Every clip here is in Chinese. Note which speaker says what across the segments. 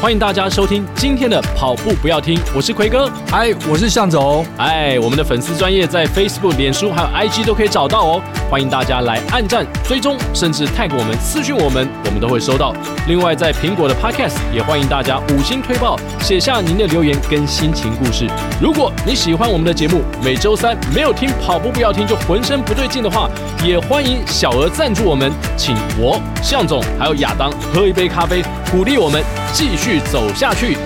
Speaker 1: 欢迎大家收听今天的跑步不要听，我是奎哥。
Speaker 2: 嗨，我是向总。
Speaker 1: 哎，我们的粉丝专业在 Facebook、脸书还有 IG 都可以找到哦，欢迎大家来按赞、追踪，甚至 tag 我们、私讯我们，我们都会收到。另外，在苹果的 Podcast 也欢迎大家五星推报，写下您的留言跟心情故事。如果你喜欢我们的节目，每周三没有听跑步不要听就浑身不对劲的话，也欢迎小额赞助我们，请我向总还有亚当喝一杯咖啡，鼓励我们继续走下去。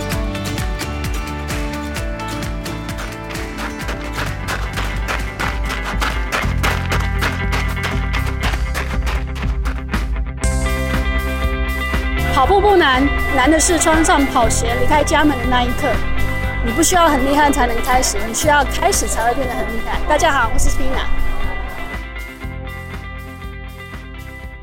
Speaker 3: 跑步不难，难的是穿上跑鞋离开家门的那一刻。你不需要很厉害才能开始，你需要开始才会变得很厉害。大家好，我是 Tina。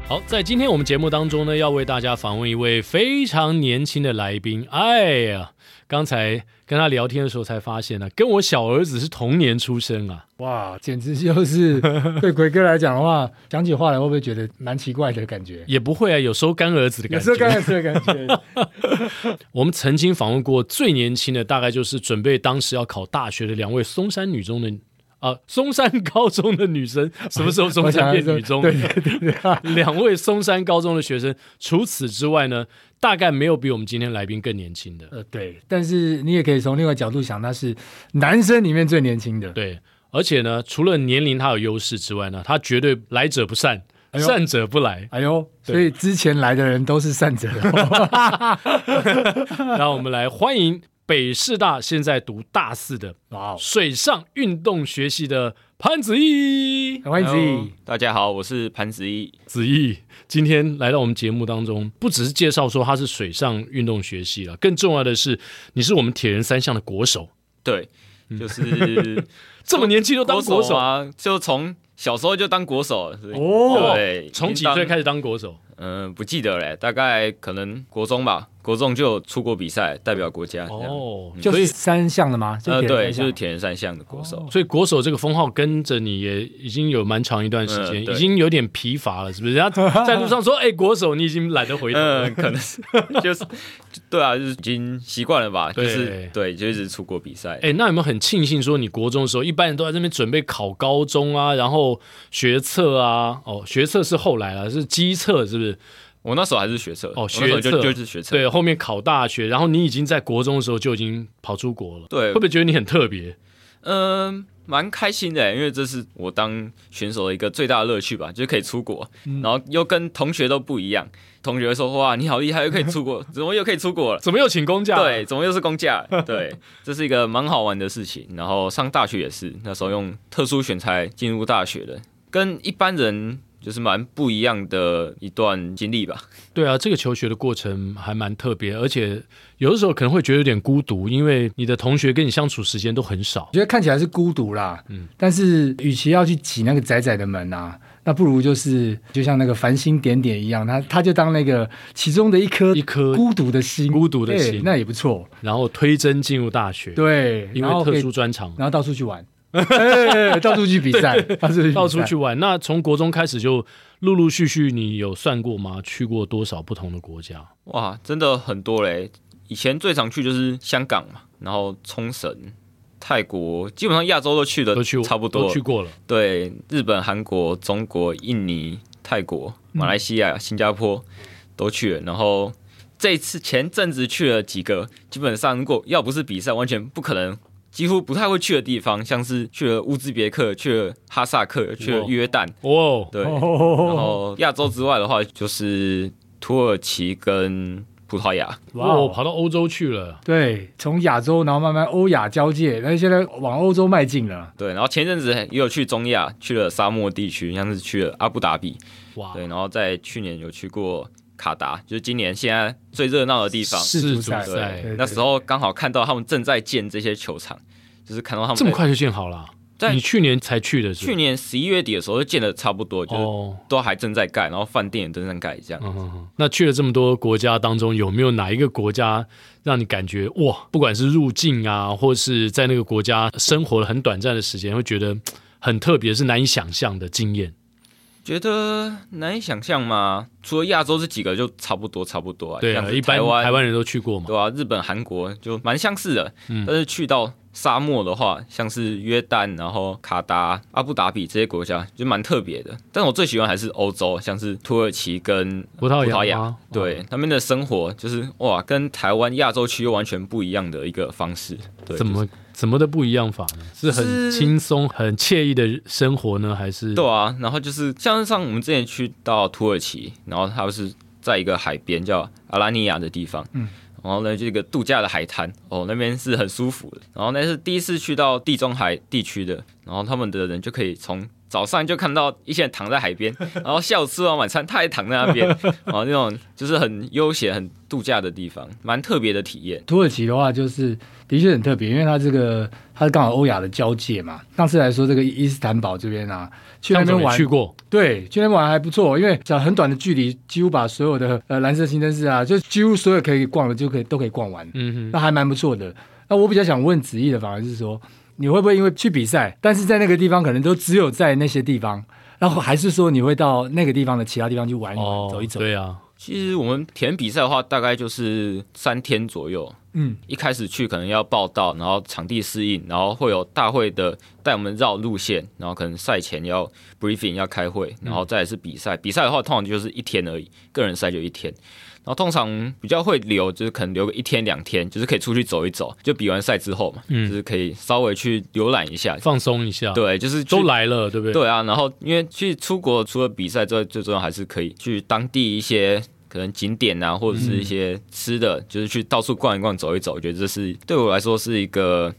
Speaker 1: 好，在今天我们节目当中呢，要为大家访问一位非常年轻的来宾。哎呀，刚才跟他聊天的时候才发现呢、跟我小儿子是同年出生啊。
Speaker 2: 哇，简直就是 对奎哥来讲的话，讲起话来会不会觉得蛮奇怪的感觉？
Speaker 1: 也不会啊，有时候干儿子的
Speaker 2: 有
Speaker 1: 感
Speaker 2: 时候刚
Speaker 1: 觉。
Speaker 2: 开始的感 觉，
Speaker 1: 我们曾经访问过最年轻的，大概就是准备当时要考大学的两位松山女中的。啊、松山高中的女生什么时候
Speaker 2: 我
Speaker 1: 松
Speaker 2: 想
Speaker 1: 山变
Speaker 2: 说
Speaker 1: 女中？
Speaker 2: 对对对对啊，
Speaker 1: 两位松山高中的学生，除此之外呢，大概没有比我们今天来宾更年轻的。
Speaker 2: 呃对。但是你也可以从另外角度想，他是男生里面最年轻的。
Speaker 1: 对，而且呢，除了年龄他有优势之外呢，他绝对来者不善，
Speaker 2: 哎呦
Speaker 1: 善者不来。
Speaker 2: 哎呦，所以之前来的人都是善者。
Speaker 1: 让我们来欢迎北师大现在读大四的
Speaker 2: 哇 哦，
Speaker 1: 水上运动学系的潘子毅。
Speaker 2: 欢迎自
Speaker 4: Hello，
Speaker 2: 己。
Speaker 4: 大家好，我是潘子毅。
Speaker 1: 子毅今天来到我们节目当中，不只是介绍说他是水上运动学系了，更重要的是你是我们铁人三项的国手，
Speaker 4: 对，就是
Speaker 1: 这么年轻就当国手，
Speaker 4: 国手啊，就从小时候就当国手了。啊所以
Speaker 2: 哦
Speaker 4: 对，
Speaker 1: 从几岁开
Speaker 4: 始？
Speaker 1: 始当国手？
Speaker 4: 嗯、不记得嘞，大概可能国中吧，国中就有出国比赛，代表国家。哦，
Speaker 1: 哦，
Speaker 2: 就
Speaker 1: 所
Speaker 2: 是
Speaker 1: 以
Speaker 2: 三项的吗？就
Speaker 4: 呃，
Speaker 2: 铁人
Speaker 4: 对，
Speaker 2: 三项
Speaker 4: 就是铁人三项的国手。
Speaker 1: 所以国手这个封号跟着你也已经有蛮长一段时间，
Speaker 4: 嗯对
Speaker 1: 已经有点疲乏了，是不是？人 家在路上说：“哎、国手，你已经懒得回头了。
Speaker 4: 嗯，可能是 就是对啊，就是已经习惯了吧，就
Speaker 1: 对
Speaker 4: 是对，就一直出国比赛。
Speaker 1: 哎、那有没有很庆幸说你国中的时候，一般人都在那边准备考高中啊，然后学测啊，哦，学测是后来了，是机测，是不是？
Speaker 4: 我那时候还是学车，
Speaker 1: 哦
Speaker 4: 我那时候
Speaker 1: 学
Speaker 4: 就
Speaker 1: 测
Speaker 4: 就是学车。
Speaker 1: 对，后面考大学，然后你已经在国中的时候就已经跑出国了，
Speaker 4: 对
Speaker 1: 会不会觉得你很特别？
Speaker 4: 嗯，蛮开心的，欸因为这是我当选手的一个最大的乐趣吧，就是可以出国，然后又跟同学都不一样。同学会说：“哇，你好厉害，又可以出国，怎么又可以出国了？
Speaker 1: 怎么又请公假？
Speaker 4: 对，，怎么又是公假？对，这是一个蛮好玩的事情。然后上大学也是，那时候用特殊选材进入大学的，跟一般人就是蛮不一样的一段经历吧。
Speaker 1: 对啊，这个求学的过程还蛮特别，而且有的时候可能会觉得有点孤独，因为你的同学跟你相处时间都很少
Speaker 2: 我。觉得看起来是孤独啦，嗯，但是与其要去挤那个窄窄的门啊，那不如就是就像那个繁星点点一样，他他就当那个其中的一颗
Speaker 1: 一颗
Speaker 2: 孤独的心，
Speaker 1: 孤独的
Speaker 2: 对
Speaker 1: 心
Speaker 2: 那也不错，
Speaker 1: 然后推甄进入大学，
Speaker 2: 对，
Speaker 1: 因
Speaker 2: 然后
Speaker 1: 为
Speaker 2: 可
Speaker 1: 特
Speaker 2: 以
Speaker 1: 殊，专长，
Speaker 2: 然后到处去玩， 哎到处去比赛，到处去比赛
Speaker 1: 到处去，玩。那从国中开始就陆陆续续，你有算过吗？去过多少不同的国家？
Speaker 4: 哇，真的很多嘞！以前最常去就是香港嘛，然后冲绳、泰国，基本上亚洲都去的
Speaker 1: 都去过
Speaker 4: 呃差不多
Speaker 1: 都去过了。
Speaker 4: 对，日本、韩国、中国、印尼、泰国、
Speaker 1: 嗯
Speaker 4: 马来西亚、新加坡都去了。然后这一次前阵子去了几个，基本上如果要不是比赛，完全不可能，几乎不太会去的地方，像是去了乌兹别克、去了哈萨克、去了约旦。
Speaker 1: 哦，
Speaker 4: 对，然
Speaker 2: 哦，
Speaker 4: 后亚洲之外的话，就是土耳其跟葡萄牙。
Speaker 2: 哇
Speaker 1: 哇
Speaker 2: 哦
Speaker 1: 哦，跑到欧洲去了。
Speaker 2: 对，从亚洲然后慢慢欧亚交界，那现在往欧洲迈进了，
Speaker 4: 对，然后前阵子也有去中亚，去了沙漠地区，像是去了阿布达比，
Speaker 1: 哇，
Speaker 4: 对，然后在去年有去过卡达，就是今年现在最热闹的地方。
Speaker 2: 世足
Speaker 1: 世足
Speaker 2: 赛，
Speaker 1: 赛
Speaker 2: 对对
Speaker 4: 那时候刚好看到他们正在建这些球场，就是看到他们
Speaker 1: 这么
Speaker 4: 在
Speaker 1: 快就建好了？
Speaker 4: 在
Speaker 1: 你去年才去的是吧？
Speaker 4: 去年十一月底的时候就建的差不多，就是
Speaker 1: 哦，
Speaker 4: 都还正在盖，然后饭店也正在盖这样。
Speaker 1: 嗯嗯嗯。那去了这么多国家当中，有没有哪一个国家让你感觉哇，不管是入境啊，或是在那个国家生活了很短暂的时间，会觉得嘖很特别，是难以想象的经验？
Speaker 4: 觉得难以想象嘛，除了亚洲这几个就差不多差不多啊，
Speaker 1: 对
Speaker 4: 像
Speaker 1: 啊，
Speaker 4: 是
Speaker 1: 一般
Speaker 4: 台湾
Speaker 1: 台湾人都去过嘛。
Speaker 4: 对啊，日本、韩国就蛮相似的，
Speaker 1: 嗯
Speaker 4: 但是去到沙漠的话，像是约旦、然后卡达、阿布达比这些国家，就蛮特别的。但我最喜欢还是欧洲，像是土耳其跟
Speaker 1: 葡萄牙
Speaker 4: 葡萄
Speaker 1: 吗哦
Speaker 4: 牙，对他们的生活就是哇，跟台湾亚洲区又完全不一样的一个方式。对，
Speaker 1: 怎
Speaker 4: 就是
Speaker 1: 么怎么的不一样法呢？是很
Speaker 4: 是
Speaker 1: 轻松、很惬意的生活呢，还是
Speaker 4: 对啊，然后就是像像我们之前去到土耳其，然后它是在一个海边叫阿拉尼亚的地方，嗯，然后呢就一个度假的海滩，哦，那边是很舒服的。然后那是第一次去到地中海地区的，然后他们的人就可以从早上就看到一些人躺在海边， 然后下午吃完晚餐他还躺在那边，然后那种就是很悠闲、很度假的地方，蛮特别的体验。
Speaker 2: 土耳其的话，就是的确很特别，因为它这个它是刚好欧亚的交界嘛。上次来说，这个伊斯坦堡这边啊，去那
Speaker 1: 像
Speaker 2: 边
Speaker 1: 总也
Speaker 2: 玩
Speaker 1: 去过？
Speaker 2: 对，去那边玩还不错，因为讲很短的距离，几乎把所有的呃蓝色清真寺啊，就几乎所有可以逛的就可以都可以逛完，
Speaker 1: 嗯哼，
Speaker 2: 那还蛮不错的。那我比较想问子毅的，反而是说，你会不会因为去比赛，但是在那个地方可能都只有在那些地方，然后还是说你会到那个地方的其他地方去玩一玩、嗯走一走？
Speaker 1: 对啊，
Speaker 4: 其实我们田比赛的话，大概就是三天左右，
Speaker 2: 嗯，
Speaker 4: 一开始去可能要报道，然后场地适应，然后会有大会的带我们绕路线，然后可能赛前要 briefing 要开会，
Speaker 1: 嗯
Speaker 4: 然后再来是比赛。比赛的话，通常就是一天而已，个人赛就一天。然后通常比较会留，就是可能留个一天两天，就是可以出去走一走，就比完赛之后嘛，
Speaker 1: 嗯
Speaker 4: 就是可以稍微去浏览一下。
Speaker 1: 放松一下，，
Speaker 4: 对，就是去
Speaker 1: 都来了，对不对？
Speaker 4: 对啊，然后因为去出国除了比赛之外，最重要还是可以去当地一些可能景点啊，或者是一些吃的，就是去到处逛一逛、走一走。我觉得这是对我来说是一个。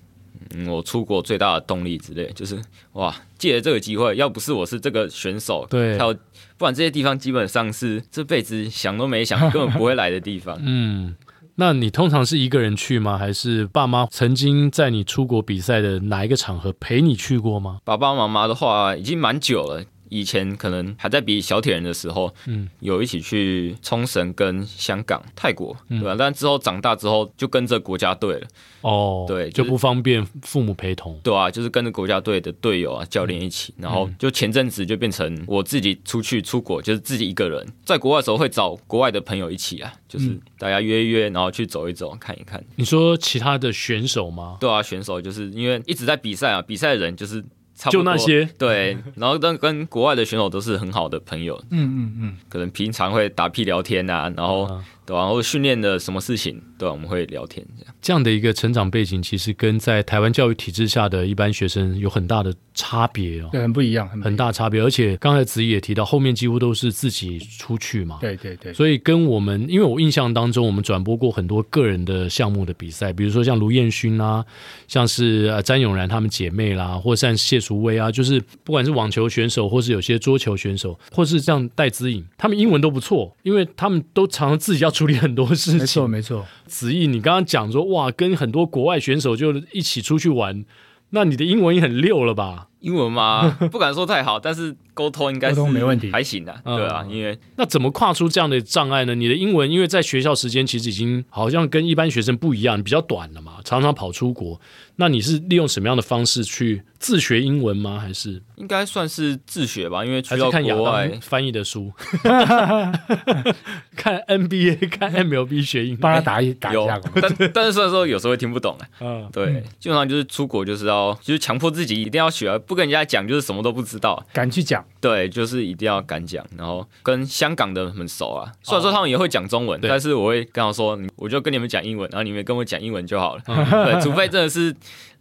Speaker 4: 嗯，我出国最大的动力之类，就是哇，借着这个机会，要不是我是这个选手，
Speaker 1: 对
Speaker 4: 还有不然这些地方基本上是这辈子想都没想，根本不会来的地方。
Speaker 1: 嗯，那你通常是一个人去吗？还是爸妈曾经在你出国比赛的哪一个场合陪你去过吗？
Speaker 4: 爸爸妈妈的话已经蛮久了，以前可能还在比小铁人的时候，
Speaker 1: 嗯
Speaker 4: 嗯，有一起去冲绳、跟香港、泰国，
Speaker 1: 嗯
Speaker 4: 对吧、但之后长大之后就跟着国家队了，
Speaker 1: 哦，
Speaker 4: 对
Speaker 1: 就
Speaker 4: 就是
Speaker 1: 不方便父母陪同。
Speaker 4: 对啊，就是跟着国家队的队友啊、教练一起，
Speaker 1: 嗯
Speaker 4: 然后就前阵子就变成我自己出去出国，就是自己一个人，在国外的时候会找国外的朋友一起啊，就是
Speaker 1: 嗯
Speaker 4: 大家约一约，然后去走一走、看一看。
Speaker 1: 你说其他的选手吗？
Speaker 4: 对啊，选手就是因为一直在比赛啊，比赛的人就是差不
Speaker 1: 就
Speaker 4: 多
Speaker 1: 那些
Speaker 4: 对，然后跟跟国外的选手都是很好的朋友，
Speaker 2: 嗯嗯嗯，
Speaker 4: 可能平常会打屁聊天啊，然后、
Speaker 1: 啊
Speaker 4: 对吧、然后训练的什么事情，对啊吧、我们会聊天这样。
Speaker 1: 这样的一个成长背景，其实跟在台湾教育体制下的一般学生有很大的差别哦，
Speaker 2: 对，很不一样，很不一
Speaker 1: 很
Speaker 2: 样
Speaker 1: 大差别。而且刚才子怡也提到，后面几乎都是自己出去嘛，
Speaker 2: 对对对，
Speaker 1: 所以跟我们，因为我印象当中，我们转播过很多个人的项目的比赛，比如说像卢彦勋啊，像是呃詹永然她们姐妹啦，或像谢淑薇啊，就是不管是网球选手，或是有些桌球选手，或是像戴资颖，他们英文都不错，因为他们都常常自己要处理很多事
Speaker 2: 没
Speaker 1: 情
Speaker 2: 错。没错。
Speaker 1: 子毅，你刚刚讲说哇，跟很多国外选手就一起出去玩，那你的英文也很溜了吧？
Speaker 4: 英文嘛，不敢说太好，但是沟通应该是
Speaker 2: 沟通没问题
Speaker 4: 还行啊。
Speaker 1: 嗯
Speaker 4: 对啊，因为
Speaker 1: 那怎么跨出这样的障碍呢？你的英文因为在学校时间其实已经好像跟一般学生不一样，比较短了嘛，常常跑出国。那你是利用什么样的方式去自学英文吗？还是
Speaker 4: 应该算是自学吧，因为去
Speaker 1: 还
Speaker 4: 到
Speaker 1: 是看亚
Speaker 4: 国外
Speaker 1: 当，翻译的书， 看 NBA、看 MLB 学英
Speaker 2: 帮
Speaker 1: 文？
Speaker 2: 他打一打一
Speaker 4: 有
Speaker 2: 下广，告。
Speaker 4: 但但是虽然说有时候会听不懂啊，
Speaker 1: 嗯，
Speaker 4: 对，基本上就是出国就是要就是强迫自己一定要学啊，不跟人家讲就是什么都不知道，啊
Speaker 2: 敢去讲，
Speaker 4: 对，就是一定要敢讲，然后跟香港的很熟啊。虽然说他们也会讲中文，
Speaker 1: 对
Speaker 4: 但是我会跟他说，你我就跟你们讲英文，然后你们跟我讲英文就好了。 对，除非真的是，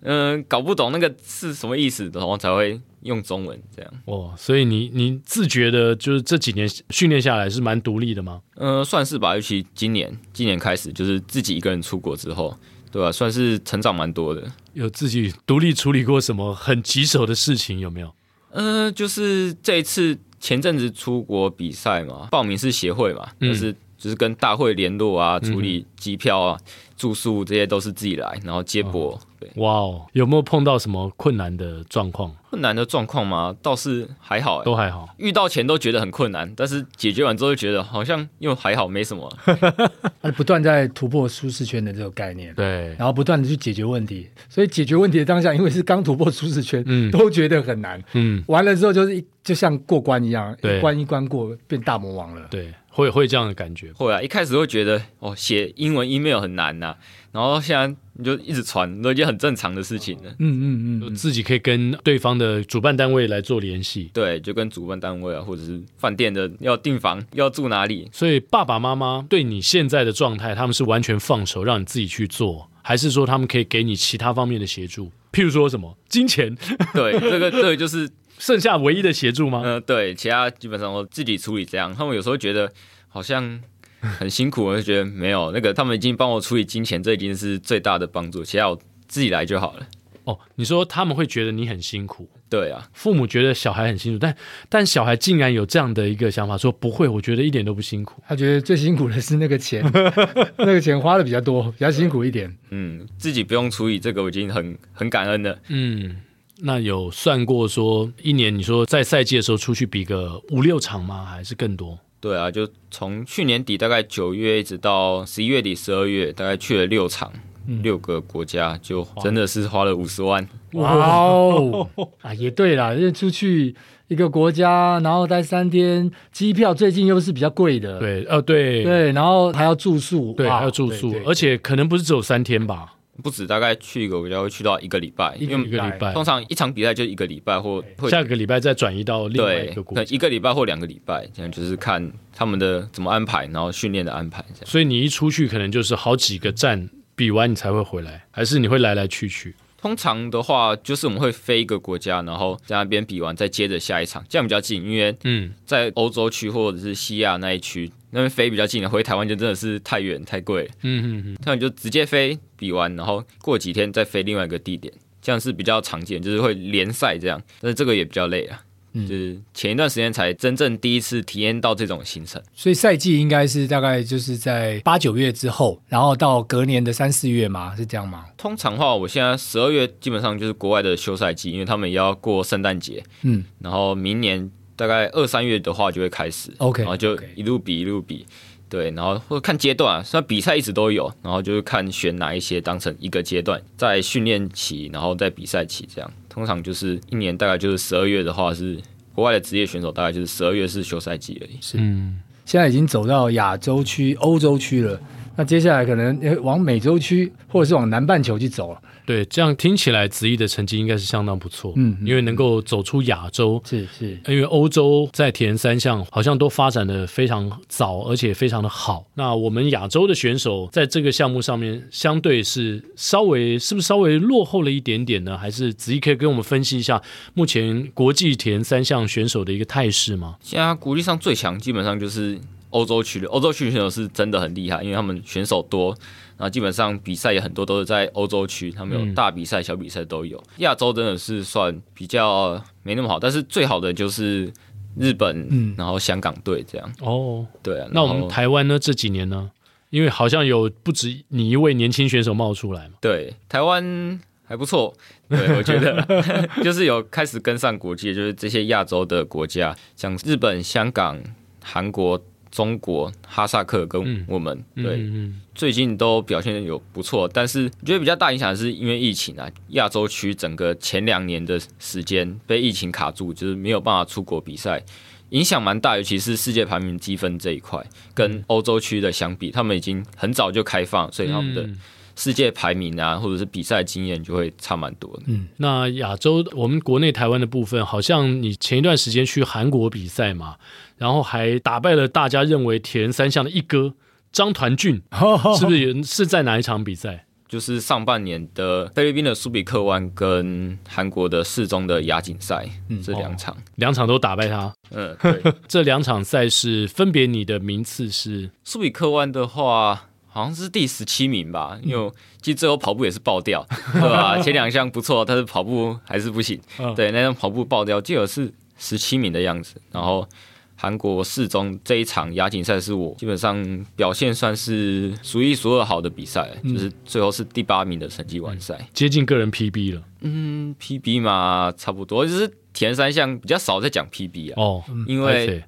Speaker 4: 嗯、搞不懂那个是什么意思，然后才会用中文这样。
Speaker 1: 哦，所以你你自觉的，就是这几年训练下来是蛮独立的吗？
Speaker 4: 嗯、算是吧，尤其今年，今年开始就是自己一个人出国之后，对吧、啊算是成长蛮多的。
Speaker 1: 有自己独立处理过什么很棘手的事情有没有？
Speaker 4: 呃，就是这一次前阵子出国比赛嘛，报名是协会嘛，
Speaker 1: 嗯
Speaker 4: 就是就是跟大会联络啊，处理机票啊、住宿这些都是自己来，然后接驳。对，
Speaker 1: 哇哦，有没有碰到什么困难的状况？
Speaker 4: 困难的状况嘛，倒是还好、欸，
Speaker 1: 都还好。
Speaker 4: 遇到前都觉得很困难，但是解决完之后就觉得好像又还好，没什 么。
Speaker 2: 他呃不断在突破舒适圈的这个概念，
Speaker 1: 对，
Speaker 2: 然后不断的去解决问题。所以解决问题的当下，因为是刚突破舒适圈，
Speaker 1: 嗯
Speaker 2: 都觉得很难。
Speaker 1: 嗯，
Speaker 2: 完了之后就是一就像过关一样，
Speaker 1: 对
Speaker 2: 一关一关过，变大魔王了。
Speaker 1: 对，会会这样的感觉。
Speaker 4: 后来一开始会觉得哦，写英文 email 很难呐、啊然后现在你就一直传，都已经很正常的事情
Speaker 1: 哦
Speaker 4: 了。
Speaker 2: 嗯嗯嗯，
Speaker 1: 自己可以跟对方的主办单位来做联系，
Speaker 4: 对，就跟主办单位啊，或者是饭店的要订房，要住哪里，
Speaker 1: 所以爸爸妈妈对你现在的状态，他们是完全放手让你自己去做，还是说他们可以给你其他方面的协助？譬如说什么金钱，
Speaker 4: 对，这个这个就是，
Speaker 1: 剩下唯一的协助吗？
Speaker 4: 嗯、对，其他基本上我自己处理这样。他们有时候觉得好像很辛苦，我就觉得没有那个，他们已经帮我处理金钱，这已经是最大的帮助，其他我自己来就好了。
Speaker 1: 哦，你说他们会觉得你很辛苦，
Speaker 4: 对啊，
Speaker 1: 父母觉得小孩很辛苦，但但小孩竟然有这样的一个想法，说不会，我觉得一点都不辛苦。
Speaker 2: 他觉得最辛苦的是那个钱， 那个钱花的比较多，比较辛苦一点。
Speaker 4: 嗯，自己不用处理这个，我已经很很感恩了。
Speaker 1: 嗯，那有算过说一年，你说在赛季的时候出去比个五六场吗？还是更多？
Speaker 4: 对啊，就从去年底大概九月一直到十一月底、十二月，大概去了六场。
Speaker 1: 嗯
Speaker 4: 六个国家就真的是花了五十万，
Speaker 2: 哇哦！啊，也对啦，因为出去一个国家，然后待三天，机票最近又是比较贵的，
Speaker 1: 对， 呃，对，
Speaker 2: 对，然后还要住宿，
Speaker 1: 对，
Speaker 2: 哇
Speaker 1: 还有住宿
Speaker 2: 对，对
Speaker 1: 而且可能不是只有三天吧，
Speaker 4: 不止大概去一个国家会去到一个礼拜，
Speaker 2: 一
Speaker 4: 因
Speaker 2: 个
Speaker 4: 为
Speaker 1: 一个礼拜
Speaker 4: 通，常一场比赛就一个礼拜或会
Speaker 1: 下个礼拜再转移到另外
Speaker 4: 对
Speaker 1: 一个，国
Speaker 4: 那
Speaker 1: 家。
Speaker 4: 一个礼拜或两个礼拜，这样就是看他们的怎么安排，然后训练的安排这样。
Speaker 1: 所以你一出去，可能就是好几个站比完你才会回来，还是你会来来去去？
Speaker 4: 通常的话，就是我们会飞一个国家，然后在那边比完，再接着下一场，这样比较近，因为
Speaker 1: 嗯，
Speaker 4: 在欧洲区或者是西亚那一区，那边飞比较近的，回台湾就真的是太远太贵了。
Speaker 1: 嗯嗯
Speaker 4: 那你就直接飞比完，然后过几天再飞另外一个地点，这样是比较常见，就是会联赛这样。但是这个也比较累啊，就是前一段时间才真正第一次体验到这种行程。
Speaker 5: 所以赛季应该是大概就是在八九月之后，然后到隔年的三四月嘛，是这样吗？
Speaker 4: 通常的话，我现在十二月基本上就是国外的休赛季，因为他们也要过圣诞节，
Speaker 5: 嗯，
Speaker 4: 然后明年大概二三月的话就会开始
Speaker 5: OK，
Speaker 4: 然后就一路比一路比。对，然后或看阶段、啊，虽然比赛一直都有，然后就是看选哪一些当成一个阶段，在训练期，然后在比赛期这样。通常就是一年大概就是十二月的话是国外的职业选手，大概就是十二月是休赛季而已。
Speaker 1: 嗯嗯，
Speaker 2: 现在已经走到亚洲区、欧洲区了，那接下来可能呃往美洲区或者是往南半球去走了。
Speaker 1: 对，这样听起来子毅的成绩应该是相当不错，
Speaker 2: 嗯嗯
Speaker 1: 因为能够走出亚洲。
Speaker 2: 是是，
Speaker 1: 因为欧洲在田三项好像都发展的非常早，而且非常的好。那我们亚洲的选手在这个项目上面，相对是稍微是不是稍微落后了一点点呢？还是子怡可以跟我们分析一下目前国际田三项选手的一个态势吗？
Speaker 4: 现在国际上最强基本上就是欧洲区的，欧洲区的选手是真的很厉害，因为他们选手多，然后基本上比赛也很多都是在欧洲区，他
Speaker 1: 嗯
Speaker 4: 们有大比赛、小比赛都有。亚洲真的是算比较没那么好，但是最好的就是日本，然后香港队这样。
Speaker 1: 哦，
Speaker 4: 对啊，
Speaker 1: 嗯那我
Speaker 4: 然
Speaker 1: 们
Speaker 4: 后
Speaker 1: 台湾呢？这几年呢？因为好像有不止你一位年轻选手冒出来嘛。
Speaker 4: 对台湾还不错，对我觉得 就是有开始跟上国际，就是这些亚洲的国家，像日本、香港、韩国。中国、哈萨克跟我们、对，
Speaker 1: 嗯
Speaker 4: 最近都表现得有不错，但是我觉得比较大影响的是因为疫情啊，亚洲区整个前两年的时间被疫情卡住，就是没有办法出国比赛，影响蛮大，尤其是世界排名积分这一块，跟欧洲区的相比，他们已经很早就开放，
Speaker 1: 嗯
Speaker 4: 所以他们的世界排名啊，或者是比赛经验就会差蛮多的。
Speaker 1: 那亚洲，我们国内台湾的部分，好像你前一段时间去韩国比赛嘛，然后还打败了大家认为铁人三项的一哥张团俊， 是不是有？是在哪一场比赛？
Speaker 4: 就是上半年的菲律宾的苏比克湾跟韩国的世宗的亚锦赛、这两场，
Speaker 1: 两场都打败他。
Speaker 4: 嗯，对。
Speaker 1: 这两场赛事分别你的名次是
Speaker 4: 苏比克湾的话，好像是第十七名吧，因为我其实最后跑步也是爆 掉，对吧？前两项不错，但是嗯跑步还是不行。对，那项跑步爆掉，记得是十七名的样子。然后韩国四中这一场亚锦赛是我基本上表现算是数一数二好的比赛，就是最后是第八名的成绩完赛。
Speaker 1: 接近个人 PB 了
Speaker 4: 嗯 PB 嘛，差不多，就是田三项比较少在讲 PB 啊，
Speaker 1: 哦，
Speaker 4: 因
Speaker 1: 拍
Speaker 4: 为
Speaker 1: 谁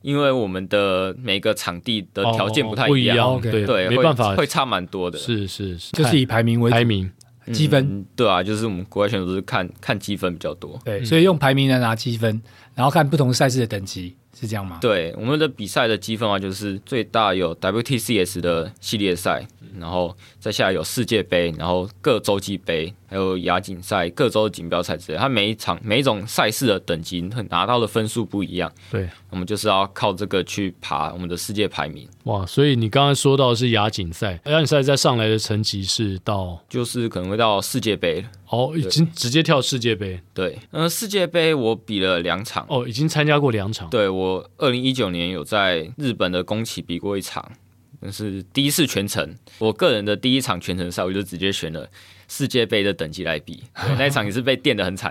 Speaker 4: 因为我们的每个场地的呃条件不太
Speaker 1: 哦哦哦不
Speaker 4: 样，
Speaker 1: 样，
Speaker 5: OK
Speaker 1: 对
Speaker 4: 对，
Speaker 1: 没
Speaker 4: 会
Speaker 1: 办法，
Speaker 4: 会差蛮多的。
Speaker 1: 是是是，
Speaker 5: 就是以排名为
Speaker 1: 看
Speaker 5: 主
Speaker 1: 排名
Speaker 5: 积分，
Speaker 4: 嗯对啊，就是我们国外选手都是看看积分比较多。
Speaker 5: 对，所以用排名来拿积分，然后看不同赛事的等级，是这样吗？
Speaker 4: 对，我们的比赛的积分啊，就是最大有 WTCS 的系列赛，然后再下来有世界杯，然后各洲际杯，还有亚锦赛、各州锦标赛之类。它每一场每一种赛事的等级拿到的分数不一样，
Speaker 1: 对。
Speaker 4: 我们就是要靠这个去爬我们的世界排名，
Speaker 1: 哇，所以你刚刚说到的是亚锦赛，亚锦赛再上来的成绩是到
Speaker 4: 就是可能会到世界杯了。
Speaker 1: 哦，已经直接跳世界杯
Speaker 4: 对，嗯、世界杯我比了两场。
Speaker 1: 哦，已经参加过两场，
Speaker 4: 对我二零一九年有在日本的宫崎比过一场，那是第一次全程。我个人的第一场全程赛，我就直接选了世界杯的等级来比， 对那一场也是被电得很惨。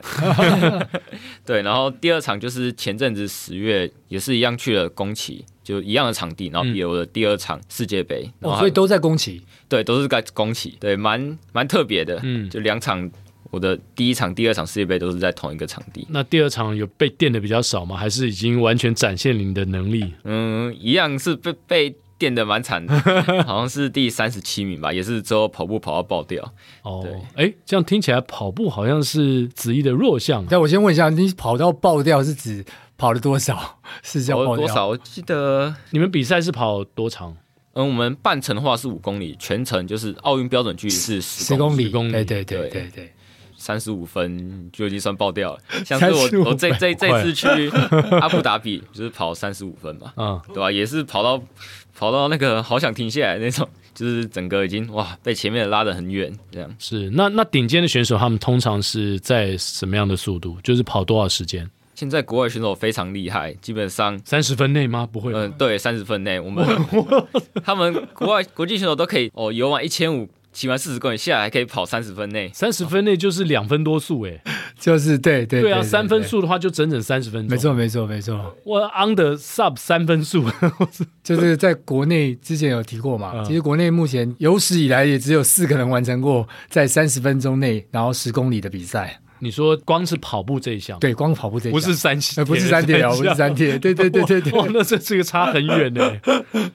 Speaker 4: 对，然后第二场就是前阵子十月也是一样去了宫崎，就一样的场地，然后比了我的第二场世界杯。然
Speaker 5: 嗯哦，
Speaker 4: 后
Speaker 5: 所以都在宫崎，
Speaker 4: 对，都是在宫崎，对，蛮蛮特别的。
Speaker 1: 嗯
Speaker 4: 就两场，我的第一场、第二场世界杯都是在同一个场地。
Speaker 1: 那第二场有被垫的比较少吗？还是已经完全展现你的能力？
Speaker 4: 嗯，一样是被被电的 蛮惨的，好像是第三十七名吧，也是之后跑步跑到爆掉。
Speaker 1: 哦
Speaker 4: 对，
Speaker 1: 哎，这样听起来跑步好像是子怡的弱项啊，
Speaker 5: 但我先问一下，你跑到爆掉是指跑了多少？ 是叫
Speaker 4: 跑
Speaker 5: 爆
Speaker 4: 了
Speaker 5: 掉
Speaker 4: 多？少？我记得，
Speaker 1: 你们比赛是跑多长？
Speaker 4: 嗯，我们半程的话是五公里，全程就是奥运标准距离是
Speaker 5: 十
Speaker 4: 十
Speaker 5: 公里，
Speaker 1: 10公里
Speaker 5: 对对对
Speaker 4: 对
Speaker 5: 对对。
Speaker 4: 三十五分就已经算 爆掉了。像是
Speaker 5: 35
Speaker 4: 我我这这
Speaker 1: 快
Speaker 4: 这次去阿布达比就是跑三十五分嘛，
Speaker 1: 嗯，
Speaker 4: 对吧、也是跑到跑到那个好想停下来那种，就是整个已经哇被前面拉得很远这样。
Speaker 1: 是。那那顶尖的选手他们通常是在什么样的速度？就是跑多少时间？
Speaker 4: 现在国外选手非常厉害，基本上
Speaker 1: 三十分内吗？不会吧，
Speaker 5: 呃
Speaker 4: 嗯，对，三十分内，我们 他们国外国际选手都可以哦，游完一千五，骑完四十公里，下来还可以跑三十分内。
Speaker 1: 三十分内就是两分多速哎、
Speaker 5: 就是对对
Speaker 1: 对啊，三分，速的话就整整三十分钟。
Speaker 5: 没，错没错没错，
Speaker 1: 我 under sub 三分 速，
Speaker 5: 就是在国内之前有提过
Speaker 1: 嗯
Speaker 5: 嘛，其实国内目前有史以来也只有四个人完成过在三十分钟内然后十公里的比赛，
Speaker 1: 你说光是跑步这一项，，
Speaker 5: 对，光跑步这一
Speaker 1: 不是
Speaker 5: 项
Speaker 1: 三
Speaker 5: 呃不是三铁
Speaker 1: 铁
Speaker 5: 哦，不是三 铁，对对对对
Speaker 1: 哇，哇
Speaker 5: 对，，
Speaker 1: 那这这个差很远呢、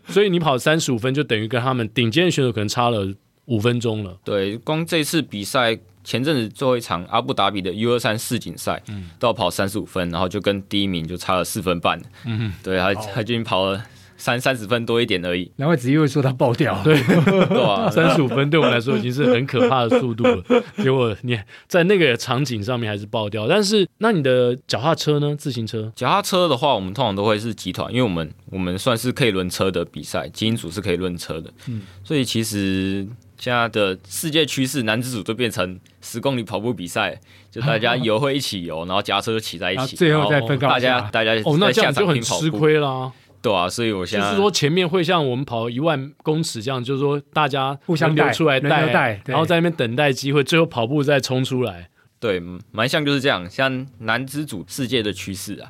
Speaker 1: 所以你跑三十五分，就等于跟他们顶尖的选手可能差了五分钟了。
Speaker 4: 对，光这次比赛前阵子最后一场阿布达比的 U 二三世锦赛，都要跑三十五分，然后就跟第一名就差了四分半。嗯，对，他他就已经跑了三三十分多一点而已
Speaker 5: 难怪子怡会说他爆掉，
Speaker 1: 对，
Speaker 4: 对 吧、
Speaker 1: 啊三十五分对我们来说已经是很可怕的速度了。结果你在那个场景上面还是爆掉。但是那你的脚踏车呢？自行车？
Speaker 4: 脚踏车的话，我们通常都会是集团，因为我们我们算是可以轮车的比赛，精英组是可以轮车的，
Speaker 1: 嗯
Speaker 4: 所以其实现在的世界趋势，男子组都变成十公里跑步比赛，就大家游会一起游，然后脚踏车就骑在一
Speaker 5: 然后
Speaker 1: 啊
Speaker 4: 起，
Speaker 5: 最后再分高
Speaker 4: 大家
Speaker 5: 下
Speaker 4: 大家
Speaker 1: 哦，那这
Speaker 4: 在下
Speaker 1: 样就
Speaker 4: 场
Speaker 1: 很
Speaker 4: 拼跑
Speaker 1: 吃
Speaker 4: 步，
Speaker 1: 亏啦。
Speaker 4: 对啊，所以我现
Speaker 1: 就
Speaker 4: 在
Speaker 1: 是说前面会像我们跑一万公尺这样，就是说大家
Speaker 5: 互相
Speaker 1: 轮流
Speaker 5: 带
Speaker 1: 出来
Speaker 5: 轮流带对
Speaker 1: 然后在那边等待机会，最后跑步再冲出来。
Speaker 4: 对嗯蛮像就是这样，像男子组世界的趋势啊。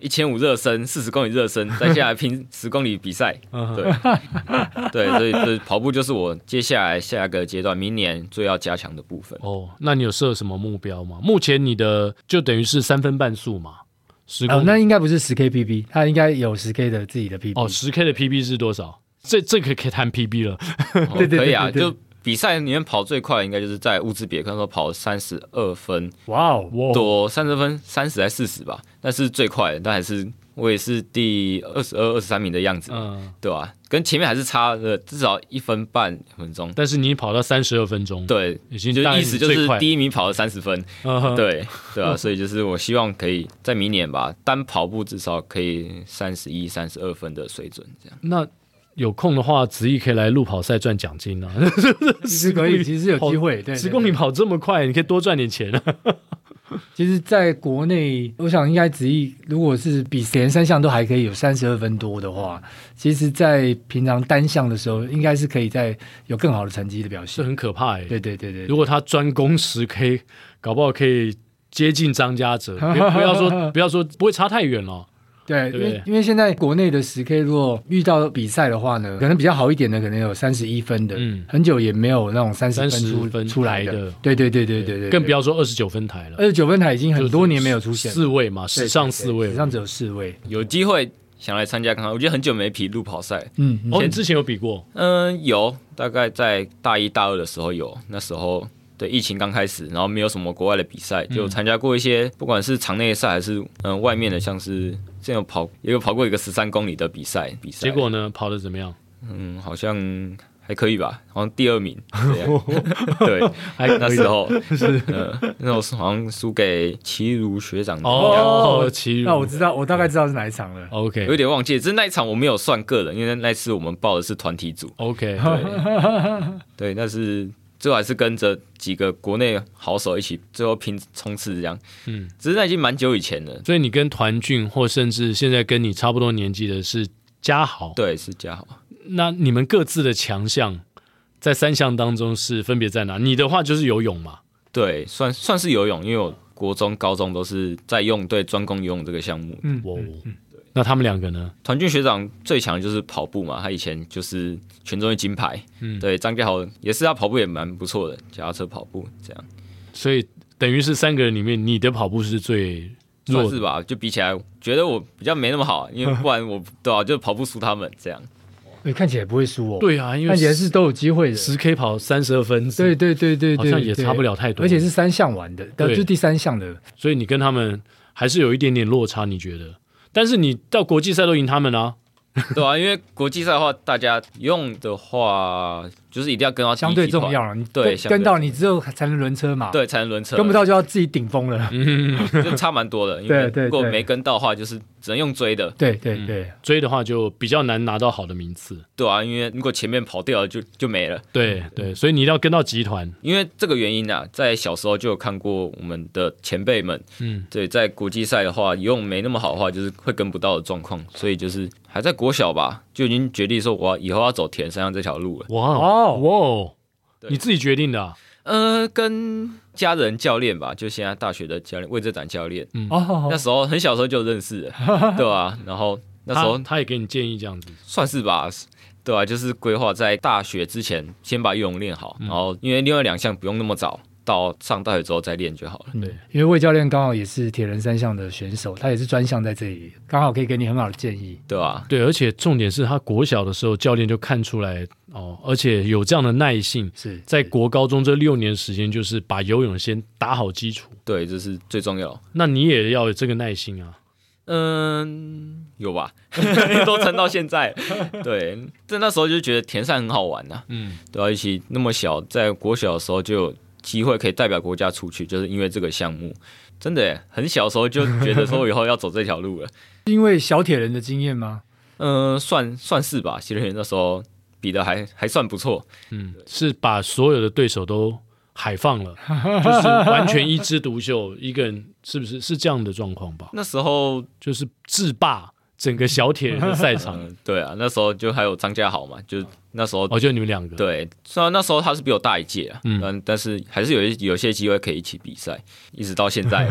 Speaker 4: 一千五热身，四十公里 热身，再下来拼十公里比赛，
Speaker 5: 嗯
Speaker 4: 对，对， 所以所以跑步就是我接下来下一个阶段，明年最要加强的 部分。
Speaker 1: 哦，那你有设什么目标吗？目前你的就等于是三分半速嘛，十
Speaker 5: 哦
Speaker 1: 公，里
Speaker 5: 那应该不是十 K PB，他应该有十 K 的自己的 PB，
Speaker 1: 哦，十 K 的 PB 是多少？这这个可以谈 PB 了，
Speaker 4: 哦
Speaker 5: 对对
Speaker 4: 可以啊，
Speaker 5: 对对对
Speaker 4: 就比赛里面跑最快的应该就是在乌兹别克，那时候跑三十二分
Speaker 5: 哇哦，
Speaker 1: 哇
Speaker 4: 多，三十分三十还四十吧，那是最快的，但还是我也是第二十二、二十三名的样子，
Speaker 1: 嗯，
Speaker 4: 对吧、跟前面还是差了至少一分半两分钟。
Speaker 1: 但是你跑到三十二分钟，，
Speaker 4: 对，
Speaker 1: 已经
Speaker 4: 就
Speaker 1: 大概
Speaker 4: 意
Speaker 1: 是
Speaker 4: 思就
Speaker 1: 最
Speaker 4: 是
Speaker 1: 快
Speaker 4: 第一名跑了三十分，
Speaker 1: 嗯哼，
Speaker 4: 对对啊，所以就是我希望可以在明年吧，单跑步至少可以三十一、三十二分的水准这样。
Speaker 1: 那有空的话，子毅可以来路跑赛赚奖金啊，
Speaker 5: 其实可以，其实是有机会，对对，对
Speaker 1: 十公里跑这么快，你可以多赚点钱啊。
Speaker 5: 其实，在国内，我想应该子怡，如果是比前三项都还可以有三十二分多的话，其实，在平常单项的时候，应该是可以在有更好的成绩的表
Speaker 1: 这
Speaker 5: 现。
Speaker 1: 很可怕哎、
Speaker 5: 对对对对，
Speaker 1: 如果他专攻十 K，搞不好可以接近张家泽，不不要说不要说不会差太远了。对
Speaker 5: 对，因
Speaker 1: 不对
Speaker 5: 为因为现在国内的十 K 如果遇到比赛的话呢，可能比较好一点的，可能有三十一分的，
Speaker 1: 嗯
Speaker 5: 很久也没有那种三十分
Speaker 1: 30
Speaker 5: 出
Speaker 1: 分
Speaker 5: 出来
Speaker 1: 台的
Speaker 5: 的，对对对对对 对，对
Speaker 1: 更不。要说二十九分台了，
Speaker 5: 二十九分台已经很多年没有出现了，
Speaker 1: 四位嘛，
Speaker 5: 对
Speaker 1: 史上四位
Speaker 5: 史
Speaker 1: 了。
Speaker 5: 上只有四位。
Speaker 4: 有机会想来参加看看。我觉得很久没比路跑赛，
Speaker 5: 嗯，嗯
Speaker 1: 哦，你之前有比过，
Speaker 4: 嗯，有，大概在大一大二的时候有，那时候对疫情刚开始，然后没有什么国外的比赛，
Speaker 1: 嗯
Speaker 4: 就参加过一些，不管是场内赛还是嗯外面的，像是之前有跑也有跑过一个十三公里的比赛，比赛
Speaker 1: 结果呢，跑的怎 么样？
Speaker 4: 嗯好像还可以吧，好像第二名，对啊 对，
Speaker 1: 还可以
Speaker 4: 那时候是嗯，那时候是好像输给齐如学长的一样
Speaker 1: 哦，齐
Speaker 5: 那我
Speaker 1: 如
Speaker 5: 知道，我大概知道是哪一场
Speaker 1: 哦
Speaker 5: 了。
Speaker 4: 有
Speaker 1: ，OK
Speaker 4: 点忘记，只是那一场我没有算个人，因为那次我们报的是团 体组，
Speaker 1: OK，
Speaker 4: 对，对，但是最后还是跟着几个国内好手一起，最后拼冲刺这样。
Speaker 1: 嗯，
Speaker 4: 只是那已经蛮久以前了。
Speaker 1: 所以你跟团俊，或甚至现在跟你差不多年纪的是嘉豪，
Speaker 4: 对，是嘉豪。
Speaker 1: 那你们各自的强项在三项当中是分别在哪？你的话就是游泳嘛，
Speaker 4: 对，算算是游泳，因为我国中、高中都是在用对专攻游泳这个项目。
Speaker 5: 嗯，
Speaker 1: 我、那他们两个呢？
Speaker 4: 团俊学长最强的就是跑步嘛，他以前就是全中运金牌。
Speaker 1: 嗯
Speaker 4: 对，张家豪也是，他跑步也蛮不错的，脚踏车跑步这样，
Speaker 1: 所以等于是三个人里面，你的跑步是最
Speaker 4: 算
Speaker 1: 弱
Speaker 4: 是
Speaker 1: 的。
Speaker 4: 吧？就比起来，觉得我比较没那么好，因为不然我对啊，就跑步输他们 这样。
Speaker 5: 你看起来不会输哦。，
Speaker 1: 对啊，因为
Speaker 5: 看起来是都有机会的。
Speaker 1: 十 K 跑三十二分，
Speaker 5: 对，对对对对，
Speaker 1: 好像也差不了太多
Speaker 5: 而且是三项完的，
Speaker 1: 对
Speaker 5: 对，就第三项的。
Speaker 1: 所以你跟他们还是有一点点落差，你觉得？但是你到国际赛都赢他们啊，
Speaker 4: 对啊，因为国际赛的话，大家用的话就是一定要跟到第一
Speaker 5: 相对
Speaker 4: 集团
Speaker 5: 重要，了。你
Speaker 4: 对
Speaker 5: 跟
Speaker 4: 相对
Speaker 5: 跟到你之后才能轮车嘛，，
Speaker 4: 对，才能轮车，
Speaker 5: 跟不到就要自己顶峰了。
Speaker 1: 嗯
Speaker 4: 就差蛮多的。因为
Speaker 5: 对对
Speaker 4: 如果
Speaker 5: 对
Speaker 4: 没跟到的话，就是只能用追的，
Speaker 5: 对
Speaker 1: 嗯
Speaker 5: 对对，
Speaker 1: 追的话就比较难拿到好的名次。嗯
Speaker 4: 对啊，因为如果前面跑掉了就就没了。
Speaker 1: 对对，所以你一定要跟到集团。
Speaker 4: 因为这个原因啊，在小时候就有看过我们的前辈们，
Speaker 1: 嗯，
Speaker 4: 对，在国际赛的话，游泳没那么好的话，就是会跟不到的状况，所以就是还在国小吧，就已经决定说我要以后要走田山上这条路了。
Speaker 1: 哇
Speaker 5: 哦
Speaker 1: 哦哇，
Speaker 4: 对
Speaker 1: 你自己决定的啊、
Speaker 4: 呃，跟家人教练吧，就现在大学的教练魏志展教练，
Speaker 5: 哦
Speaker 4: 那，时候很小时候就认识了，对吧、然后那时候
Speaker 1: 他他也给你建议这样子。
Speaker 4: 算是吧，对吧、就是规划在大学之前先把游泳练好，然后因为另外两项不用那么早，到上大学之后再练就好了。
Speaker 1: 对，
Speaker 5: 因为魏教练刚好也是铁人三项的选手，他也是专项在这里，刚好可以给你很好的建议。
Speaker 4: 对啊吧、
Speaker 1: 对，而且重点是他国小的时候教练就看出来哦，而且有这样的耐性，
Speaker 5: 是
Speaker 1: 在国高中这六年时间，就是把游泳先打好基础。
Speaker 4: 对，这是最重要。
Speaker 1: 那你也要有这个耐心啊。
Speaker 4: 嗯，有吧， 都撑到现在。对，在那时候就觉得田赛很好玩呐、
Speaker 1: 嗯，
Speaker 4: 对啊，一起那么小，在国小的时候就有机会可以代表国家出去，就是因为这个项目，真的耶很小的时候就觉得说以后要走这条路了。
Speaker 5: 因为小铁人的经验吗？
Speaker 4: 嗯、算算是吧，其实那时候比的还还算不错。
Speaker 1: 嗯，是把所有的对手都海放了，就是完全一枝独秀，一个人是不是是这样的状况吧？
Speaker 4: 那时候，
Speaker 1: 就是制霸整个小铁人的赛场。
Speaker 4: 嗯，对啊，那时候就还有张家豪嘛，就那时候，
Speaker 1: 哦，就你们两个。，
Speaker 4: 对，虽然那时候他是比我大一届啊，
Speaker 1: 嗯
Speaker 4: 嗯，但是还是有一有些机会可以一起比赛，一直到现在。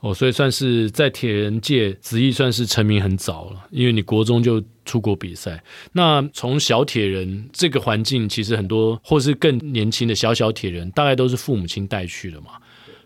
Speaker 1: 哦，所以算是在铁人界，子毅算是成名很早了，因为你国中就出国比赛。那从小铁人这个环境，其实很多或是更年轻的小小铁人，大概都是父母亲带去的嘛。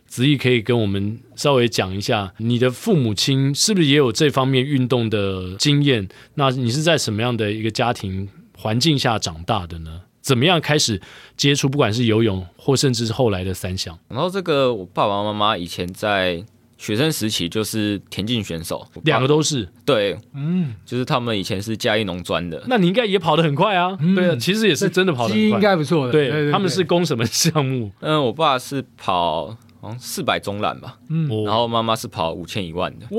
Speaker 1: 子毅可以跟我们稍微讲一下，你的父母亲是不是也有这方面运动的经验？那你是在什么样的一个家庭环境下长大的呢？怎么样开始接触，不管是游泳或甚至是后来的三项？
Speaker 4: 然后这个我爸爸妈妈以前在学生时期就是田径选手，我爸
Speaker 1: 两个都是，
Speaker 4: 对，嗯，就是他们以前是嘉义农专的，
Speaker 1: 那你应该也跑得很快啊，对啊，其实也是真的跑得
Speaker 5: 基
Speaker 1: 很
Speaker 5: 因
Speaker 1: 快。
Speaker 5: 应该不错的。
Speaker 1: 对
Speaker 5: 对，
Speaker 1: 他们是攻什么项目？
Speaker 4: 嗯，我爸是跑好像四百中栏吧，然
Speaker 1: 然
Speaker 4: 后妈妈是跑五千一万的，
Speaker 1: 嗯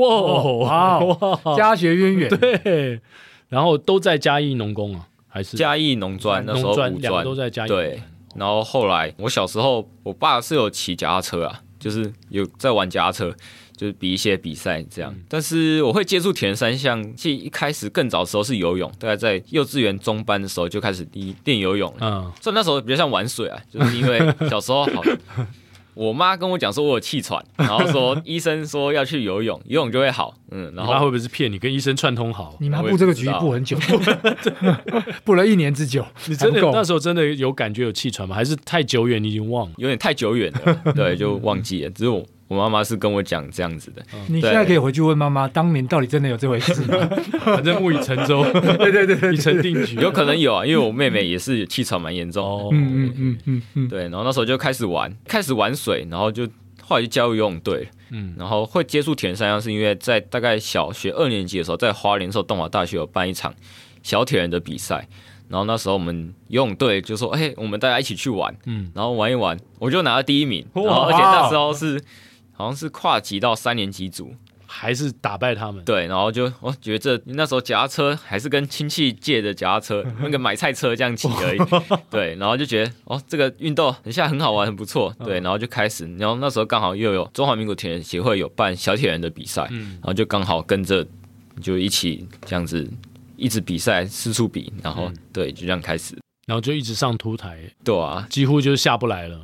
Speaker 1: 哇哦哇，
Speaker 5: 家学渊源。
Speaker 1: 对，然后都在嘉义农工啊，还是
Speaker 4: 嘉义农专那时候
Speaker 1: 农专
Speaker 4: 五
Speaker 1: 两个
Speaker 4: 专
Speaker 1: 都在嘉义
Speaker 4: 对，然后后来我小时候，我爸是有骑脚踏车啊，就是有在玩脚踏车，就是比一些比赛这
Speaker 1: 嗯
Speaker 4: 样。但是我会接触铁人三项，其实一开始更早的时候是游泳，大概在幼稚园中班的时候就开始练练游泳了。
Speaker 1: 嗯，
Speaker 4: 所以那时候比较像玩水啊，就是因为小时候好我妈跟我讲说我有气喘，然后说医生说要去游泳，游泳就会好。嗯，然
Speaker 1: 你妈会
Speaker 4: 后
Speaker 1: 不会是骗你？跟医生串通好？
Speaker 5: 你妈布这个局 布很久， 布了一年之久，
Speaker 1: 你真的
Speaker 5: 还不
Speaker 1: 那
Speaker 5: 够。
Speaker 1: 时候真的有感觉有气喘吗？还是太久远你已经忘 了？
Speaker 4: 有点太久远 了，对，就忘记了。只是我我妈妈是跟我讲这样子 的，
Speaker 5: 你现在可以回去问妈妈，当年到底真的有这回事吗？
Speaker 1: 反正木已成舟， 对对对已成定局。
Speaker 4: 有可能有啊，因为我妹妹也是气喘蛮严重的。
Speaker 1: 哦，
Speaker 5: 嗯嗯嗯嗯嗯，
Speaker 4: 对，然后那时候就开始玩，开始玩水，然后就后来就加入游泳队。
Speaker 1: 嗯
Speaker 4: 嗯，然后会接触铁人三项是因为在大概小学二年级的时候，在花莲受东华大学有办一场小铁人的比赛，然后那时候我们游泳队就说：“哎、我们大家一起去玩。”
Speaker 1: 嗯
Speaker 4: 嗯，然后玩一玩，我就拿了第一名。然后
Speaker 1: 哇
Speaker 4: 而且那时候是好像是跨级到三年级组，
Speaker 1: 还是打败他们。
Speaker 4: 对，然后就我觉得这那时候脚踏车还是跟亲戚借的脚踏 车，那个买菜车这样骑而已。对，然后就觉得哦，这个运动很像很好玩，很不错。
Speaker 1: 嗯
Speaker 4: 对，然后就开始，然后那时候刚好又有中华民国铁人协会有办小铁人的比赛，
Speaker 1: 嗯
Speaker 4: 然后就刚好跟着就一起这样子一直比赛，四处比，然后、
Speaker 1: 嗯
Speaker 4: 对，就这样开始。
Speaker 1: 然后就一直上凸台，
Speaker 4: 对啊，
Speaker 1: 几乎就是下不来了。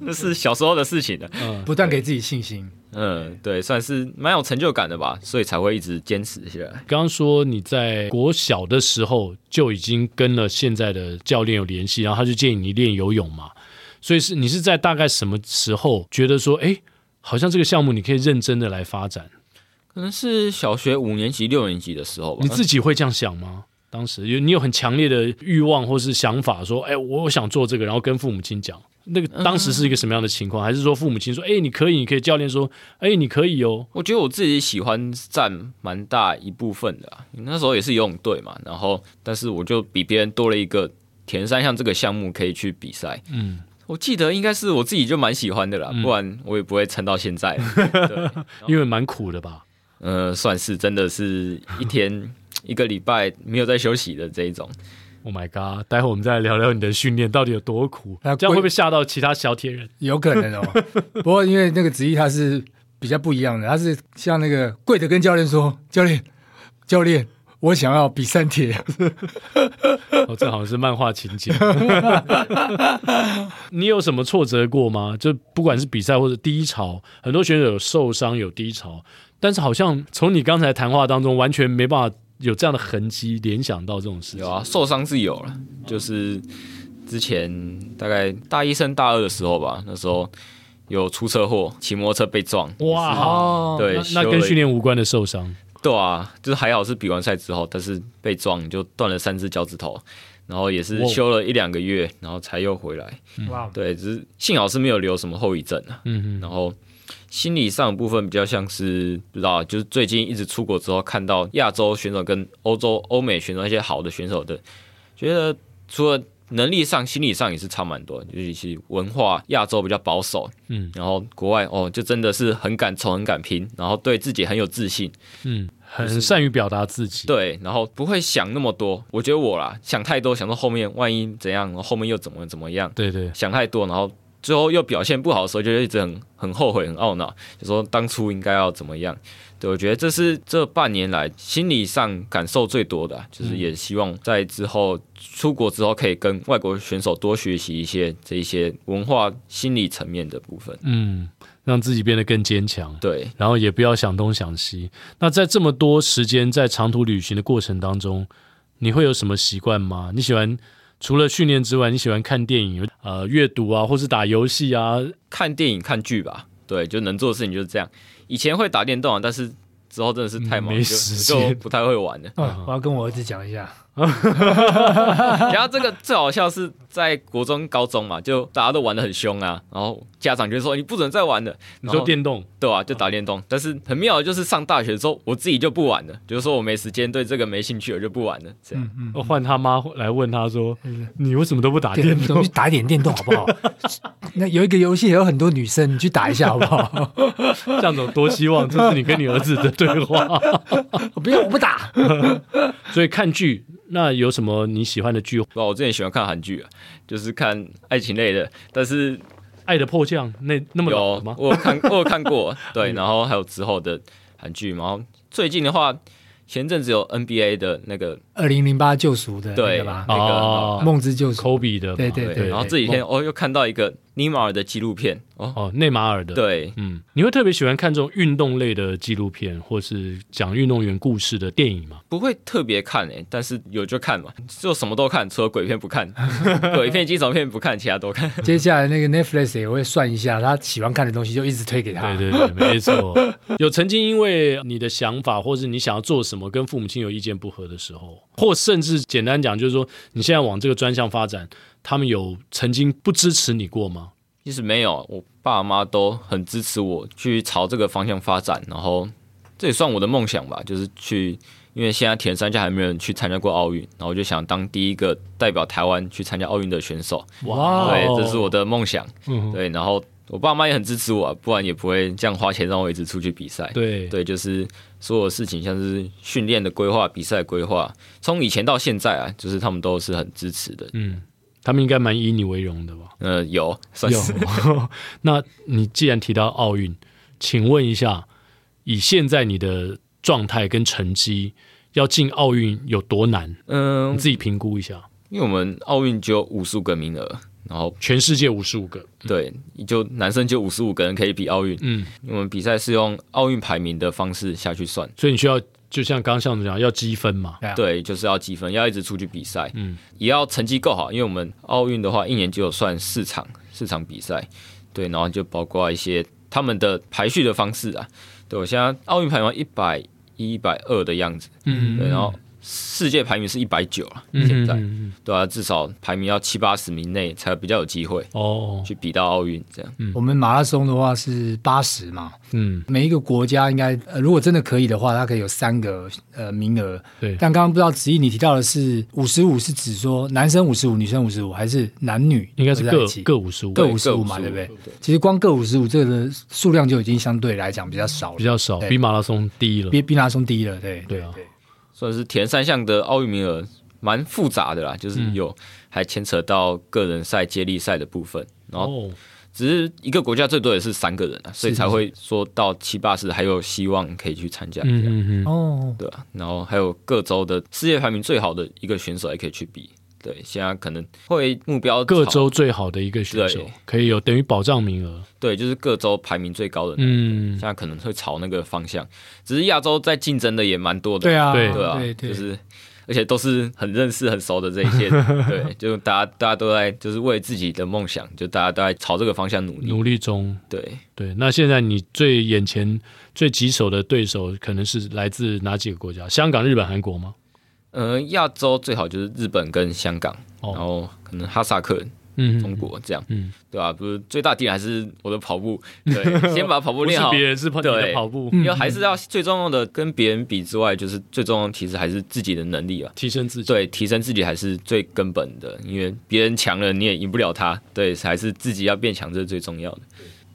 Speaker 4: 那是小时候的事情了。啊
Speaker 1: 嗯，
Speaker 5: 不断给自己信心。
Speaker 4: 嗯，对，算是蛮有成就感的吧，所以才会一直坚持下来。
Speaker 1: 刚刚说你在国小的时候就已经跟了现在的教练有联系，然后他就建议你练游泳嘛，所以是你是在大概什么时候觉得说，哎，好像这个项目你可以认真的来发展？
Speaker 4: 可能是小学五年级、六年级的时候吧。
Speaker 1: 你自己会这样想吗？当时有你有很强烈的欲望或是想法，说，哎，我想做这个，然后跟父母亲讲。那个当时是一个什么样的情况？还是说父母亲说，哎，你可以，你可以？教练说，哎，你可以哦。
Speaker 4: 我觉得我自己喜欢占蛮大一部分的、啊。那时候也是游泳队嘛，然后但是我就比别人多了一个田三项这个项目可以去比赛。
Speaker 1: 嗯，
Speaker 4: 我记得应该是我自己就蛮喜欢的啦，
Speaker 1: 嗯
Speaker 4: 不然我也不会撑到 现在。对，
Speaker 1: 因为蛮苦的吧。
Speaker 4: 呃，算是真的是一天 一个礼拜没有在休息的这一种。
Speaker 1: Oh my god！待会我们再来聊聊你的训练到底有多苦，
Speaker 5: 啊
Speaker 1: 这样会不会
Speaker 5: 贵
Speaker 1: 吓到其他小铁人？
Speaker 5: 有可 能哦。不过因为那个子毅他是比较不一样的，他是像那个跪着跟教练说：“教练，教练，我想要比 三铁。
Speaker 1: 哦，这好像是漫画情节。 你有什么挫折过吗？就不管是比赛或者低潮，很多选手有受伤有低潮，但是好像从你刚才谈话当中完全没办法有这样的痕迹联想到这种事情。
Speaker 4: 有啊，受伤是有了，就是之前大概大一升大二的时候吧，那时候有出车祸，骑摩托车被撞。
Speaker 1: 哇”，
Speaker 5: 哦，
Speaker 4: 对
Speaker 1: 那，那
Speaker 4: 修
Speaker 1: 跟
Speaker 4: 了一
Speaker 1: 训练无关的受伤，
Speaker 4: 对啊，就是还好是比完赛之后，但是被撞就断了三只脚趾头，然后也是
Speaker 1: 哇哦
Speaker 4: 休了一两个月，然后才又回来。
Speaker 5: 哇，。
Speaker 4: 对，只是幸好是没有留什么后遗症啊。
Speaker 1: 嗯嗯，
Speaker 4: 然后心理上的部分比较像是不知道啊，就是最近一直出国之后，看到亚洲选手跟欧洲、欧美选手那些好的选手的，觉得除了能力上，心理上也是差蛮多，尤其是文化亚洲比较保守，
Speaker 1: 嗯，
Speaker 4: 然后国外哦就真的是很敢冲、很敢拼，然后对自己很有自信。
Speaker 1: 嗯，很善于表达自己。
Speaker 4: 对，然后不会想那么多。我觉得我啦，想太多，想到后面万一怎样，然后后面又怎么怎么样，
Speaker 1: 对对，
Speaker 4: 想太多，然后最后又表现不好的时候，就一直很很后悔、很懊恼，就说当初应该要怎么样。对，我觉得这是这半年来心理上感受最多的啊，就是也希望在之后出国之后，可以跟外国选手多学习一些这一些文化、心理层面的部分。
Speaker 1: 嗯，让自己变得更坚强。
Speaker 4: 对，
Speaker 1: 然后也不要想东想西。那在这么多时间在长途旅行的过程当中，你会有什么习惯吗？你喜欢除了训练之外，你喜欢看电影、呃阅读啊，或是打游戏啊？
Speaker 4: 看电影、看剧吧。对，就能做的事情就是这样。以前会打电动啊，但是之后真的是太忙，
Speaker 1: 嗯没时
Speaker 4: 就
Speaker 1: 间
Speaker 4: 就不太会 玩了
Speaker 1: 嗯
Speaker 5: 哦我要跟我儿子讲一下，
Speaker 1: 啊
Speaker 4: 然后这个最好笑是在国中、高中嘛，就大家都玩的很凶啊，然后家长就说你不准再玩了，
Speaker 1: 你
Speaker 4: 然
Speaker 1: 说
Speaker 4: 后
Speaker 1: 电动
Speaker 4: 对啊，就打电动。但是很妙的就是上大学之后，我自己就不玩了，就是说我没时间，对这个没兴趣，我就不玩了。这样，
Speaker 5: 嗯
Speaker 1: 哦换他妈来问他说：“你为什么都不打
Speaker 5: 嗯，
Speaker 1: 电
Speaker 5: 电
Speaker 1: 动
Speaker 5: 动去打一点电动好不 好？那有一个游戏也有很多女生，你去打一下好 不好？？”
Speaker 1: 这样子有多希望，这是你跟你儿子的对 话。
Speaker 5: 我不要，我不打。
Speaker 1: 所以看剧，那有什么你喜欢的剧？《
Speaker 4: 对啊，我之前喜欢看韩剧啊，就是看爱情类的，但是
Speaker 1: 爱的迫降》那那么老
Speaker 4: 有
Speaker 1: 的吗？
Speaker 4: 我有看，我有看过，对，然后还有之后的韩剧，然后最近的话，前阵子有 NBA 的那个
Speaker 5: 二零零八救赎的那
Speaker 4: 对
Speaker 5: 个吧，
Speaker 4: 那个
Speaker 1: 哦
Speaker 5: 梦之救赎，
Speaker 1: 科比的嘛，
Speaker 5: 对对
Speaker 4: 然后这几天哦又看到一个尼玛尔的纪录片，
Speaker 1: 哦，内马尔的。，
Speaker 4: 对，
Speaker 1: 嗯，你会特别喜欢看这种运动类的纪录片，或是讲运动员故事的电影吗？
Speaker 4: 不会特别看诶、但是有就看嘛，就什么都看，除了鬼片不看，鬼片、惊悚片不看，其他都看。
Speaker 5: 接下来那个 Netflix 也会算一下他喜欢看的东西，就一直推给他。
Speaker 1: 对对对，没错。有曾经因为你的想法，或是你想要做什么，跟父母亲有意见不合的时候，或甚至简单讲，就是说你现在往这个专项发展，他们有曾经不支持你过吗？
Speaker 4: 其实没有，我爸妈都很支持我去朝这个方向发展，然后这也算我的梦想吧，就是去，因为现在田三项还没有人去参加过奥运，然后我就想当第一个代表台湾去参加奥运的选手，
Speaker 5: 哇
Speaker 4: 对
Speaker 5: 哦，
Speaker 4: 这是我的梦想，
Speaker 1: 嗯
Speaker 4: 对，然后我爸妈也很支持我啊、不然也不会这样花钱让我一直出去比赛，
Speaker 1: 对
Speaker 4: 对，就是所有事情，像是训练的规划、比赛规划，从以前到现在啊，就是他们都是很支持的，
Speaker 1: 嗯，他们应该蛮以你为荣的吧？
Speaker 4: 呃，有算是
Speaker 1: 有。那你既然提到奥运，请问一下，以现在你的状态跟成绩，要进奥运有多难？
Speaker 4: 嗯
Speaker 1: 你，自己评估一下。
Speaker 4: 因为我们奥运只有五十五个名额，然后
Speaker 1: 全世界五十五个，
Speaker 4: 对，就男生就五十五个人可以比奥运。
Speaker 1: 嗯，
Speaker 4: 我们比赛是用奥运排名的方式下去算，
Speaker 1: 所以你需要就像刚刚向总讲，要积分嘛。
Speaker 5: 啊
Speaker 4: 对，就是要积分，要一直出去比赛，
Speaker 1: 嗯，
Speaker 4: 也要成绩够好，因为我们奥运的话，一年就有算四场四场比赛，对，然后就包括一些他们的排序的方式啊，对我现在奥运排名一百一百二的样子，
Speaker 1: 嗯
Speaker 4: 对，然后世界排名是一百九了，
Speaker 1: 嗯
Speaker 4: 现在、
Speaker 1: 嗯嗯
Speaker 4: 对啊，至少排名要七八十名内才比较有机会
Speaker 1: 哦，
Speaker 4: 去比到奥运这样。
Speaker 5: 嗯我们马拉松的话是八十嘛，
Speaker 1: 嗯，
Speaker 5: 每一个国家应该、呃，如果真的可以的话，它可以有三个呃名额。
Speaker 1: 对
Speaker 5: 但刚刚不知道子怡你提到的是五十五，是指说男生五十五，女生五十五，还是男女
Speaker 1: 应该是
Speaker 5: 合在
Speaker 1: 各
Speaker 5: 一起
Speaker 1: 各五十五，
Speaker 5: 各
Speaker 4: 对
Speaker 5: 五十五嘛，
Speaker 4: 各55
Speaker 5: 对不对？其实光各五十五这个数量就已经相对来讲比较少了，
Speaker 1: 比较少，
Speaker 5: 对
Speaker 1: 比马拉松低了。
Speaker 5: 比比马拉松低了，对
Speaker 1: 对啊
Speaker 4: 算是田三项的奥运名额蛮复杂的啦，
Speaker 1: 嗯
Speaker 4: 就是有、还牵扯到个人赛、接力赛的部分，然后
Speaker 1: 哦，
Speaker 4: 只是一个国家最多也是三个人啊，所以才会说到七八十还有希望可以去参加，
Speaker 1: 嗯嗯嗯，
Speaker 5: 哦，
Speaker 4: 对啊？然后还有各州的世界排名最好的一个选手也可以去比，对，现在可能会目标
Speaker 1: 各
Speaker 4: 朝
Speaker 1: 州最好的一个选手
Speaker 4: 对
Speaker 1: 可以有等于保障名额。
Speaker 4: 对，就是各州排名最高的，
Speaker 1: 嗯
Speaker 4: 现，在可能会朝那个方向，只是亚洲在竞争的也蛮多的，
Speaker 5: 对啊，
Speaker 1: 哦对
Speaker 4: 对啊，
Speaker 5: 对
Speaker 4: 就
Speaker 5: 对，
Speaker 4: 是而且都是很认识、很熟的这一些，对，就大家大家都在就是为自己的梦想，就大家都在朝这个方向努力，
Speaker 1: 努力中，
Speaker 4: 对，
Speaker 1: 对，那现在你最眼前最棘手的对手可能是来自哪几个国家？香港、日本、韩国吗？
Speaker 4: 呃，亚洲最好就是日本跟香港，
Speaker 1: 哦
Speaker 4: 然后可能哈萨克、
Speaker 1: 嗯，
Speaker 4: 中国这样，
Speaker 1: 嗯
Speaker 4: 对吧、啊？不是最大敌人还是我的跑步，对，先把跑步
Speaker 1: 不是
Speaker 4: 练好。
Speaker 1: 别人，是跑你的
Speaker 4: 对嗯
Speaker 1: 跑步，
Speaker 4: 因为还是要最重要的跟别人比之外，就是最重要的其实还是自己的能力啊。
Speaker 1: 提升自己。
Speaker 4: 对，提升自己还是最根本的，因为别人强了你也赢不了他。对，还是自己要变强，这是最重要的。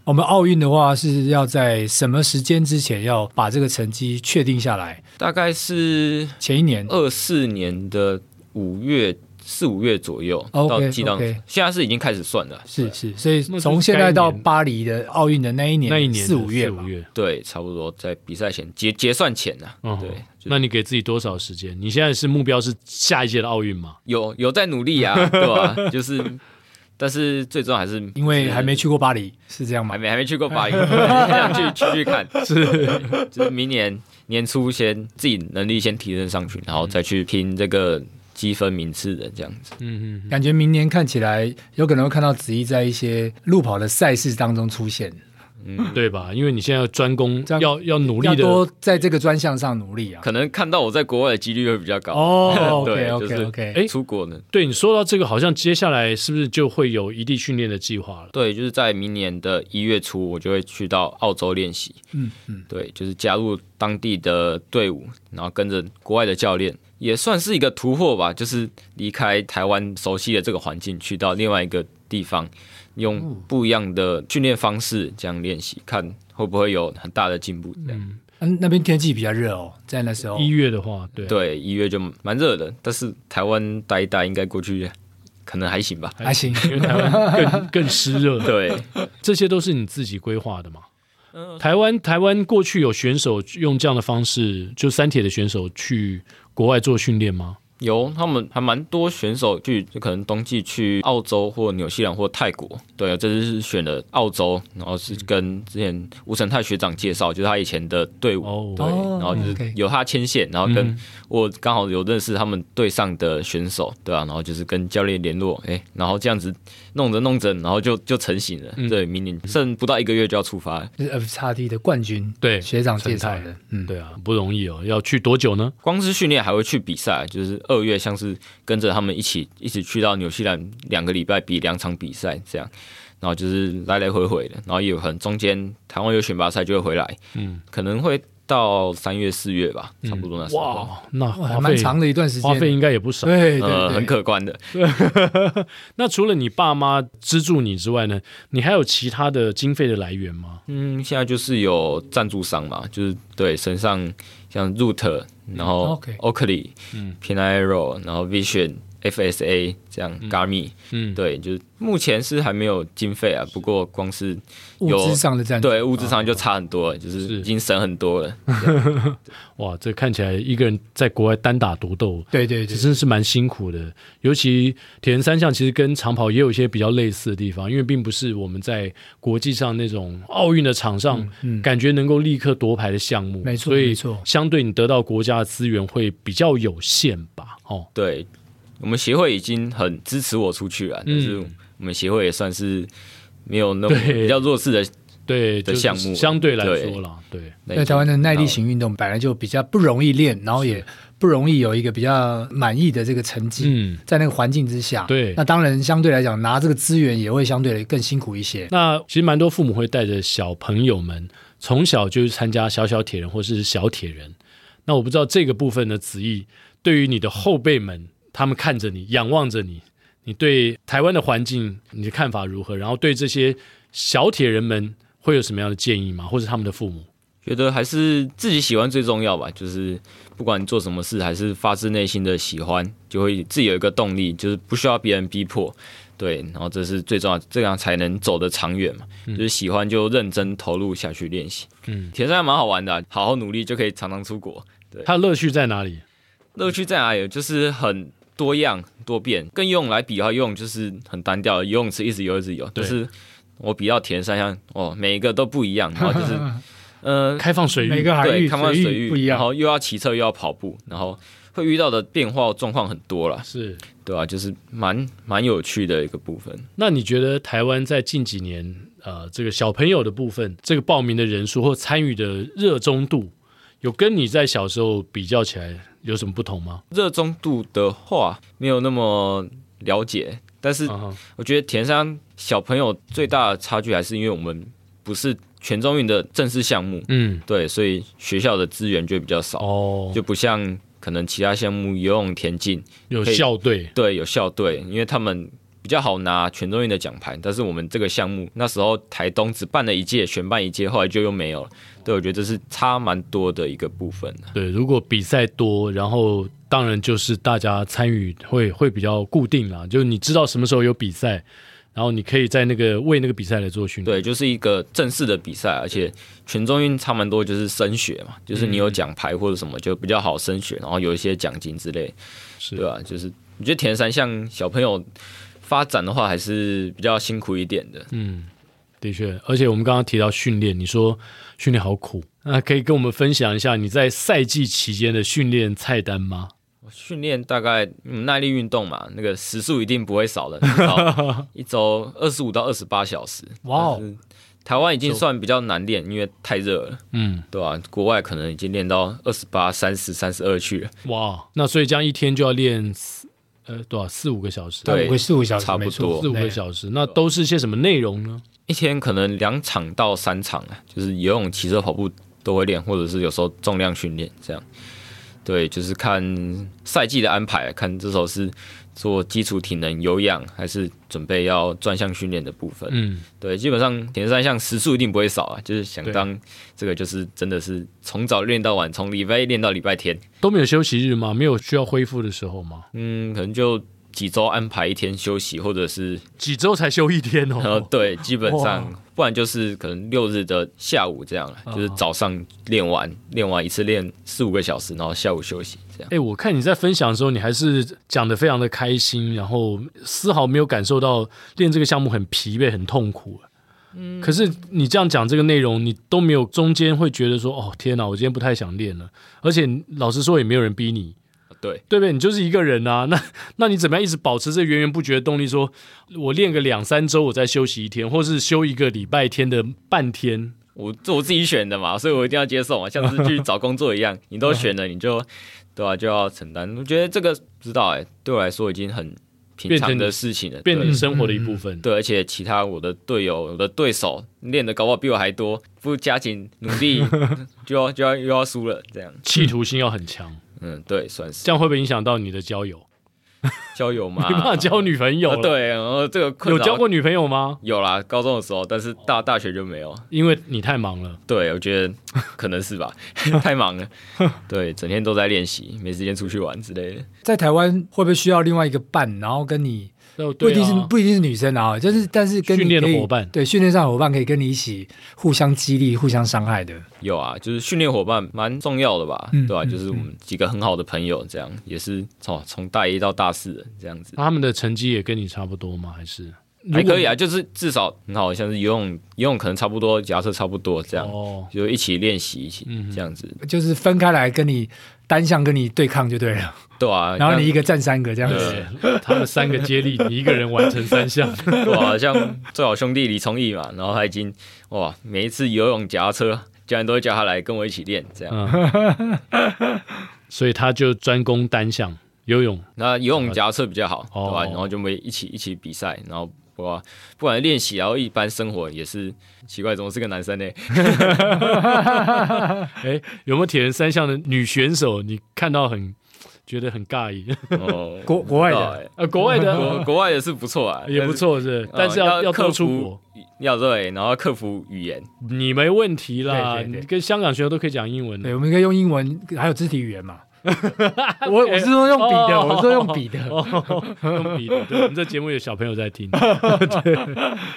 Speaker 5: 我们奥运的话是要在什么时间之前要把这个成绩确定下来？
Speaker 4: 大概是
Speaker 5: 前一年
Speaker 1: 呃
Speaker 4: 二四年的五月四五月左右
Speaker 5: 哦 OK，
Speaker 4: 到记到
Speaker 5: OK
Speaker 4: 现在是已经开始算了，
Speaker 5: 是是，所以
Speaker 1: 那就是
Speaker 5: 从现在到
Speaker 1: 该年
Speaker 5: 巴黎的奥运的那一年，
Speaker 1: 那一年的
Speaker 5: 四五月
Speaker 1: 四
Speaker 5: 吧
Speaker 1: 五月，
Speaker 4: 对，差不多在比赛前结结算前呐、
Speaker 1: 嗯，
Speaker 4: 对，就
Speaker 1: 那你给自己多少时间？你现在是目标是下一届的奥运吗？
Speaker 4: 有有在努 力啊，对吧、就是，但是最终还是
Speaker 5: 因为还没去过巴黎，是这样吗
Speaker 4: 还？没还没去过巴 黎，对想去去去看，
Speaker 1: 是，
Speaker 4: 对就是明年年初先自己能力先提升上去，然后再去拼这个积分名次的这样子。
Speaker 1: 嗯嗯，
Speaker 5: 感觉明年看起来有可能会看到子怡在一些路跑的赛事当中出现，
Speaker 4: 嗯，
Speaker 1: 对吧？因为你现在要专攻
Speaker 5: 这，样
Speaker 1: 要要努力
Speaker 5: 要
Speaker 1: 的，
Speaker 5: 多在这个专项上努力啊。
Speaker 4: 可能看到我在国外的几率会比较高。
Speaker 5: 哦 ，OK
Speaker 4: 对
Speaker 5: OK
Speaker 4: 就
Speaker 5: OK，
Speaker 4: 是出国呢，
Speaker 1: 对你说到这个，好像接下来是不是就会有异地训练的计划了？
Speaker 4: 对，就是在明年的一月初，我就会去到澳洲练习。
Speaker 5: 嗯嗯，
Speaker 4: 对，就是加入当地的队伍，然后跟着国外的教练，也算是一个突破吧。就是离开台湾熟悉的这个环境，去到另外一个地方，
Speaker 5: 哦
Speaker 4: 用不一样的训练方式这样练习，看会不会有很大的进步。这样、
Speaker 5: 嗯，那边天气比较热哦，在那时候
Speaker 1: 一月的话，对，啊
Speaker 4: 对，一月就蛮热的，但是台湾待一待，应该过去可能还行吧。
Speaker 5: 还行。
Speaker 1: 因为台湾更更湿热，
Speaker 4: 对，
Speaker 1: 这些都是你自己规划的嘛？
Speaker 5: 呃
Speaker 1: 台湾台湾过去有选手用这样的方式，就三铁的选手去国外做训练吗？
Speaker 4: 有，他们还蛮多选手去，就可能冬季去澳洲或纽西兰或泰国。对，啊这次是选了澳洲，然后是跟之前吴成泰学长介绍，就是他以前的队伍，
Speaker 1: 哦
Speaker 4: 对，
Speaker 5: 哦
Speaker 4: 然后就
Speaker 5: OK
Speaker 4: 是有他牵线，然后跟
Speaker 1: 嗯
Speaker 4: 我刚好有认识他们队上的选手，对啊，然后就是跟教练联络，哎，然后这样子弄着弄着，然后就就成型
Speaker 1: 嗯
Speaker 4: 了。对，明年剩不到一个月就要出发了，
Speaker 5: 就是 F 叉 T 的冠军，
Speaker 1: 对
Speaker 5: 学长介绍
Speaker 1: 陈
Speaker 5: 的，嗯，
Speaker 1: 对啊，不容易哦，要去多久呢？
Speaker 4: 光是训练还会去比赛，就是二月像是跟着他们一起一起去到纽西兰两个礼拜比两场比赛这样，然后就是来来回回的，然后也有可能中间台湾有选拔赛就会回来，
Speaker 1: 嗯，
Speaker 4: 可能会到三月四月吧，
Speaker 5: 嗯
Speaker 4: 差不多那时候，
Speaker 1: 哇，那
Speaker 5: 哇，
Speaker 1: 花
Speaker 5: 还蛮
Speaker 1: 费
Speaker 5: 长的一段时间，
Speaker 1: 花费应该也不少。
Speaker 5: 对对
Speaker 4: 呃，
Speaker 5: 对，
Speaker 4: 很可观的。
Speaker 1: 那除了你爸妈资助你之外呢，你还有其他的经费的来源吗？
Speaker 4: 嗯，现在就是有赞助商嘛，就是对身上像 Root，然后
Speaker 5: OK
Speaker 4: Oakley，
Speaker 1: 嗯
Speaker 4: 嗯 p i n a r o 然后 Vision。FSA 这样 g a r m i
Speaker 1: 嗯，
Speaker 4: 对，就是目前是还没有经费啊，不过光是有
Speaker 5: 物质上的战争，
Speaker 4: 对，物质
Speaker 1: 哦
Speaker 4: 上就差很多了，就是是已经省很多 了。
Speaker 1: 哇，这看起来一个人在国外单打独斗，
Speaker 5: 对对
Speaker 1: 其
Speaker 5: 对
Speaker 1: 实，真的是蛮辛苦的。尤其铁人三项其实跟长跑也有一些比较类似的地方，因为并不是我们在国际上那种奥运的场上、
Speaker 5: 嗯嗯
Speaker 1: 感觉能够立刻夺牌的项目，
Speaker 5: 没错
Speaker 1: 所以
Speaker 5: 没错
Speaker 1: 相对你得到国家的资源会比较有限吧？哦，
Speaker 4: 对，我们协会已经很支持我出去了，但是我们协会也算是没有那么
Speaker 1: 嗯对
Speaker 4: 比较弱势的
Speaker 1: 对，
Speaker 4: 的
Speaker 1: 就是
Speaker 4: 项目啊
Speaker 1: 相对来
Speaker 4: 对
Speaker 1: 说啦，对
Speaker 4: 那一
Speaker 5: 在
Speaker 4: 种。
Speaker 5: 台湾的耐力型运动本来就比较不容易练，然后也不容易有一个比较满意的这个成绩，
Speaker 1: 嗯。
Speaker 5: 在那个环境之下，
Speaker 1: 对
Speaker 5: 那当然相对来讲拿这个资源也会相对的更辛苦一些。
Speaker 1: 那其实蛮多父母会带着小朋友们从小就是参加小小铁人或是小铁人。那我不知道这个部分的子毅，对于你的后辈们，他们看着你，仰望着你，你对台湾的环境你的看法如何？然后对这些小铁人们会有什么样的建议吗？或者他们的父母？
Speaker 4: 觉得还是自己喜欢最重要吧，就是不管你做什么事，还是发自内心的喜欢，就会自己有一个动力，就是不需要别人逼迫，对，然后这是最重要，这样才能走得长远嘛。就是喜欢就认真投入下去练习，
Speaker 1: 嗯
Speaker 4: 嗯，铁三还蛮好玩的啊、好好努力就可以常常出国。
Speaker 1: 他的乐趣在哪里？
Speaker 4: 乐趣在哪里？就是很多样多变。跟游泳来比的话，游泳就是很单调，游泳池一直游一直游。
Speaker 1: 对
Speaker 4: 就是我比较田三项，哦，每一个都不一样，然后就是呃，
Speaker 1: 开放水
Speaker 5: 每
Speaker 1: 域，
Speaker 5: 个海
Speaker 4: 对，
Speaker 5: 域
Speaker 4: 看完水
Speaker 5: 域不一
Speaker 4: 然
Speaker 5: 样，
Speaker 4: 后又要骑车又要跑步，然后会遇到的变化状况很多啦，
Speaker 1: 是。
Speaker 4: 对啊，就是蛮蛮有趣的一个部分。
Speaker 1: 那你觉得台湾在近几年，呃，这个小朋友的部分，这个报名的人数或参与的热衷度，有跟你在小时候比较起来有什么不同吗？
Speaker 4: 热衷度的话，没有那么了解，但是
Speaker 5: 啊
Speaker 1: 嗯哼
Speaker 4: 我觉得田山小朋友最大的差距还是因为我们不是全中运的正式项目，
Speaker 1: 嗯，
Speaker 4: 对，所以学校的资源就比较少，
Speaker 1: 哦，
Speaker 4: 就不像可能其他项目游泳、田径，
Speaker 1: 有
Speaker 4: 可以
Speaker 1: 校队，
Speaker 4: 对，有校队，因为他们比较好拿全中运的奖牌，但是我们这个项目那时候台东只办了一届，选办一届，后来就又没有了。对，我觉得这是差蛮多的一个部分啊
Speaker 1: 对，如果比赛多，然后当然就是大家参与会会比较固定啦，就是你知道什么时候有比赛，然后你可以在那个为那个比赛来做训练。
Speaker 4: 对，就是一个正式的比赛，而且全中运差蛮多，就是升学嘛，就是你有奖牌或者什么就比较好升学，然后有一些奖金之类，
Speaker 1: 是
Speaker 4: 对吧、就是我觉得田三项小朋友发展的话还是比较辛苦一点的。
Speaker 1: 的确，而且我们刚刚提到训练，你说训练好苦，那可以跟我们分享一下你在赛季期间的训练菜单吗？
Speaker 4: 训练大概、嗯、耐力运动嘛，那个时速一定不会少的，至少一周二十五到二十八小时。
Speaker 5: 哇哦
Speaker 4: 但是台湾已经算比较难练，因为太热了，
Speaker 1: 嗯，
Speaker 4: 对吧、国外可能已经练到二十八、三十、三十二去了，
Speaker 1: 哇，那所以这样一天就要练四呃多少四五个小时，
Speaker 4: 对
Speaker 5: 五个四五个小时
Speaker 4: 差不
Speaker 5: 没错
Speaker 4: 多
Speaker 1: 四五个
Speaker 5: 对
Speaker 1: 小时，那都是些什么内容呢？
Speaker 4: 一天可能两场到三场啊，就是游泳、骑车、跑步都会练，或者是有时候重量训练这样。对，就是看赛季的安排，啊看这时候是做基础体能、有氧，还是准备要专项训练的部分。
Speaker 1: 嗯，
Speaker 4: 对，基本上田三项时速一定不会少啊，就是想
Speaker 1: 对
Speaker 4: 当这个就是真的是从早练到晚，从礼拜一练到礼拜天，
Speaker 1: 都没有休息日吗？没有需要恢复的时候吗？
Speaker 4: 嗯，可能就几周安排一天休息，或者是
Speaker 1: 几周才休一天
Speaker 4: 呃
Speaker 1: 哦。
Speaker 4: 对，基本上
Speaker 1: 哇哦
Speaker 4: 不然就是可能六日的下午这样了，就是早上练完，练完一次练四五个小时，然后下午休息这样。
Speaker 1: 哎，我看你在分享的时候，你还是讲的非常的开心，然后丝毫没有感受到练这个项目很疲惫、很痛苦。嗯，可是你这样讲这个内容，你都没有中间会觉得说，哦天哪，我今天不太想练了。而且老实说，也没有人逼你，
Speaker 4: 对，
Speaker 1: 对不对？你就是一个人啊，那那你怎么样一直保持这源源不绝的动力说？我练个两三周，我再休息一天，或是休一个礼拜天的半天。
Speaker 4: 我这我自己选的嘛，所以我一定要接受嘛，像是去找工作 一样，你都选了，你就对啊，就要承担。我觉得这个不知道哎、对我来说已经很平常的事情了，
Speaker 1: 变
Speaker 4: 对嗯
Speaker 1: 成你生活的一部分。
Speaker 4: 对，而且其他我的队友、我的对手练的搞不好比我还多，不加紧努 力就要就要又要输了，这样，
Speaker 1: 企图心要很强，
Speaker 4: 嗯，对，算是
Speaker 1: 这样会不会影响到你的交友？
Speaker 4: 交友嘛，
Speaker 1: 没办法交女朋友
Speaker 4: 啊呃
Speaker 1: 了。，
Speaker 4: 对，然后这个困
Speaker 1: 有
Speaker 4: 扰
Speaker 1: 交过女朋友吗？
Speaker 4: 有啦，高中的时候，但是大大学就没有。
Speaker 1: 因为你太忙了。
Speaker 4: 对，我 觉得可能是吧， 太忙了，对，整天都在练习，没时间出去玩之类的。
Speaker 5: 在台湾会不会需要另外一个伴，然后跟你
Speaker 1: 哦
Speaker 5: 不
Speaker 1: 对
Speaker 5: 一定是、
Speaker 1: 啊，
Speaker 5: 不一定是女生啊，就是但是跟你
Speaker 1: 训练的
Speaker 5: 可以
Speaker 1: 伙伴
Speaker 5: 对训练上的伙伴可以跟你一起互相激励、互相伤害的。
Speaker 4: 有啊，就是训练伙伴蛮重要的吧，
Speaker 5: 嗯
Speaker 4: 对吧、啊
Speaker 5: 嗯
Speaker 4: 就是我们几个很好的朋友，这样也是从从大一到大四的这样子，
Speaker 1: 他们的成绩也跟你差不多吗？还是
Speaker 4: 还可以
Speaker 1: 啊？
Speaker 4: 啊，就是至少很好，像是游泳，游泳可能差不多，假设差不多这样，
Speaker 1: 哦，
Speaker 4: 就一起练习，一起
Speaker 1: 嗯哼
Speaker 4: 这样子，
Speaker 5: 就是分开来跟你单向跟你对抗就对了，
Speaker 4: 对啊。
Speaker 5: 然后你一
Speaker 4: 像
Speaker 5: 个站三个这样子，
Speaker 1: 对，他们三个接力，你一个人完成三项，
Speaker 4: 对啊，像最好兄弟李崇义嘛，然后他已经哇，每一次游泳、夹车，教练都会叫他来跟我一起练这样。
Speaker 1: 所以他就专攻单项游泳。
Speaker 4: 那游泳夹车比较好，
Speaker 1: 哦
Speaker 4: 对吧？然后就会一起一起比赛，然后哇，不管练习，然啊后一般生活也是奇怪，怎么是个男生呢？
Speaker 1: 哎，有没有铁人三项的女选手？你看到很觉得很尬异？
Speaker 4: 哦，
Speaker 5: 国国外的
Speaker 4: 不知道欸
Speaker 1: 呃，国外的
Speaker 4: 国国外的是不错啊，
Speaker 1: 也不错是，但是要
Speaker 4: 哦
Speaker 1: 要
Speaker 4: 要
Speaker 1: 都
Speaker 4: 克
Speaker 1: 出
Speaker 4: 服
Speaker 1: 国，，
Speaker 4: 要对，然后克服语言，
Speaker 1: 你没问题啦，
Speaker 5: 对对对
Speaker 1: 你跟香港学生都可以讲英文啊
Speaker 5: 对，
Speaker 1: 的。
Speaker 5: 我们可以用英文，还有肢体语 言嘛。我我是说用笔的，
Speaker 1: 哦
Speaker 5: 我是说用笔的。
Speaker 1: 哦，用笔的，对，我们这节目有小朋友在听。 对，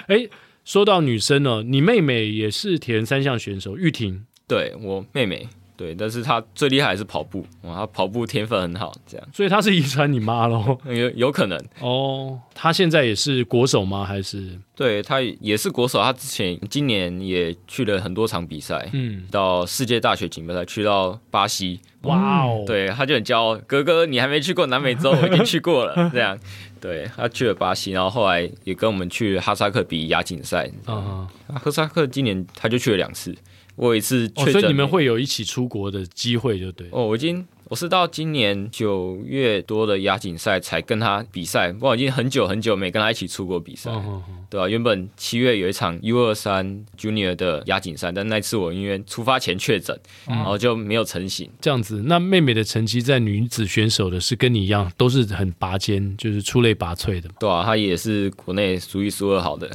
Speaker 1: 哎，说到女生呢，你妹妹也是铁人三项选手玉婷，
Speaker 4: 对我妹妹。对，但是她最厉害还是跑步，哇，她跑步天分很好，这样
Speaker 1: 所以她是遗传你妈喽。
Speaker 4: 有有可能。
Speaker 1: 哦，她现在也是国手吗？还是
Speaker 4: 对她也是国手，她之前今年也去了很多场比赛，
Speaker 1: 嗯，
Speaker 4: 到世界大学锦标赛，去到巴西，
Speaker 1: 哇哦，，
Speaker 4: 嗯对，他就很骄傲，哥哥，你还没去过南美洲，我已经去过了。这样，对他去了巴西，然后后来也跟我们去哈萨克比亚锦赛。
Speaker 1: 啊，
Speaker 4: 哈萨克今年他就去了两次，我有一次
Speaker 1: 哦
Speaker 4: 确诊、
Speaker 1: 所以你们会有一起出国的机会，就对。
Speaker 4: 哦，我已经我是到今年九月多的亚锦赛才跟他比赛，不然我已经很久很久没跟他一起出国比赛，
Speaker 5: 哦
Speaker 1: 嗯嗯嗯
Speaker 4: 对吧、啊原本七月有一场 U 二三 Junior 的亚锦赛，但那次我因为出发前确诊，
Speaker 5: 嗯
Speaker 4: 然后就没有成型。
Speaker 1: 这样子，那妹妹的成绩在女子选手的是跟你一样，都是很拔尖，就是出类拔萃的。
Speaker 4: 对啊，他也是国内数一数二好的，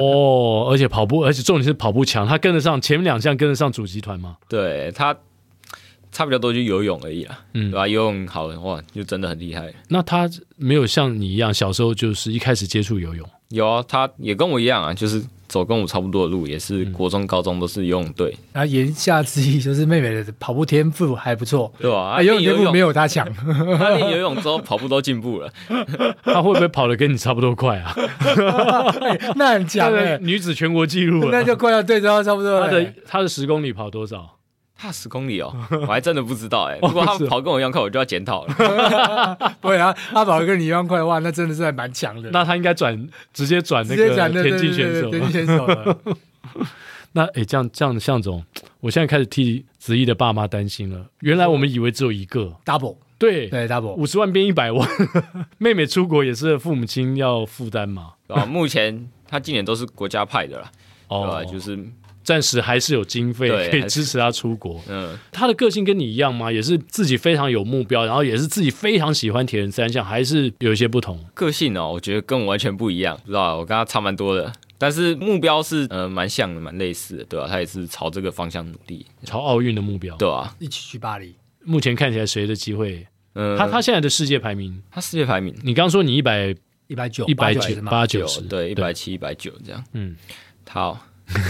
Speaker 1: 哦，而且跑步，而且重点是跑步强，她跟得上前面两项，跟得上主集团吗？
Speaker 4: 对他差比较多就游泳而已啦，
Speaker 1: 嗯
Speaker 4: 对吧、游泳好的话就真的很厉害。
Speaker 1: 那她没有像你一样，小时候就是一开始接触游泳，
Speaker 4: 有啊，他也跟我一样啊，就是走跟我差不多的路，也
Speaker 5: 嗯
Speaker 4: 是国中、高中都是游泳队，
Speaker 5: 然后言下之意就是妹妹的跑步天赋还不错，
Speaker 4: 对吧、啊？
Speaker 5: 啊，游泳
Speaker 4: 练
Speaker 5: 天赋没
Speaker 4: 有，
Speaker 5: 有她强。
Speaker 4: 他练游泳之后跑步都进步了，
Speaker 1: 她会不会跑得跟你差不多快 啊？
Speaker 5: 那很强
Speaker 1: 当
Speaker 5: 哎、
Speaker 1: 然女子全国纪录
Speaker 5: 那
Speaker 1: 了。
Speaker 5: 就快要对招差不多
Speaker 1: 她
Speaker 5: 了、
Speaker 1: 的她的十公里跑多少？
Speaker 4: 他十公 里哦，我还真的不知道
Speaker 1: 哦
Speaker 4: 哎、如果他跑跟我一样快，我就要检讨了。
Speaker 5: 不然他跑得跟你一样快的话，那真的是还蛮强的。
Speaker 1: 那她应该转直接转那
Speaker 5: 直接
Speaker 1: 个
Speaker 5: 讲的
Speaker 1: 田径选手
Speaker 5: 田。径选手了。
Speaker 1: 那诶，这样这样，向总，我现在开始替子怡的爸妈担心了。原来我们以为只有一个，
Speaker 5: double
Speaker 1: 对，
Speaker 5: 对 double，
Speaker 1: 五十万变一百万。 妹妹出国也是父母亲要负担嘛，
Speaker 4: 对吧、目前他今年都是国家派的啦，对吧、
Speaker 1: 哦，
Speaker 4: 就是
Speaker 1: 暂时还是有经费
Speaker 4: 对
Speaker 1: 可以
Speaker 4: 还是
Speaker 1: 支持她出国。
Speaker 4: 嗯，
Speaker 1: 她的个性跟你一样吗？也是自己非常有目标，然后也是自己非常喜欢铁人三项，还是有一些不同？
Speaker 4: 个性哦，我觉得跟我完全不一样，不知道啊我跟他差蛮多的，但是目标是呃蛮像的，蛮类似的，对吧、他也是朝这个方向努力，
Speaker 1: 朝奥运的目标，
Speaker 4: 对啊，
Speaker 5: 一起去巴黎，
Speaker 1: 目前看起来谁的机会
Speaker 4: 嗯，
Speaker 1: 他他现在的世界排名，
Speaker 4: 他世界排名
Speaker 1: 你刚说你一百
Speaker 5: 一百九，
Speaker 1: 一百
Speaker 5: 九
Speaker 1: 九八九
Speaker 4: 九
Speaker 1: 十，
Speaker 4: 对一百七一百九这样，
Speaker 1: 嗯，
Speaker 4: 好，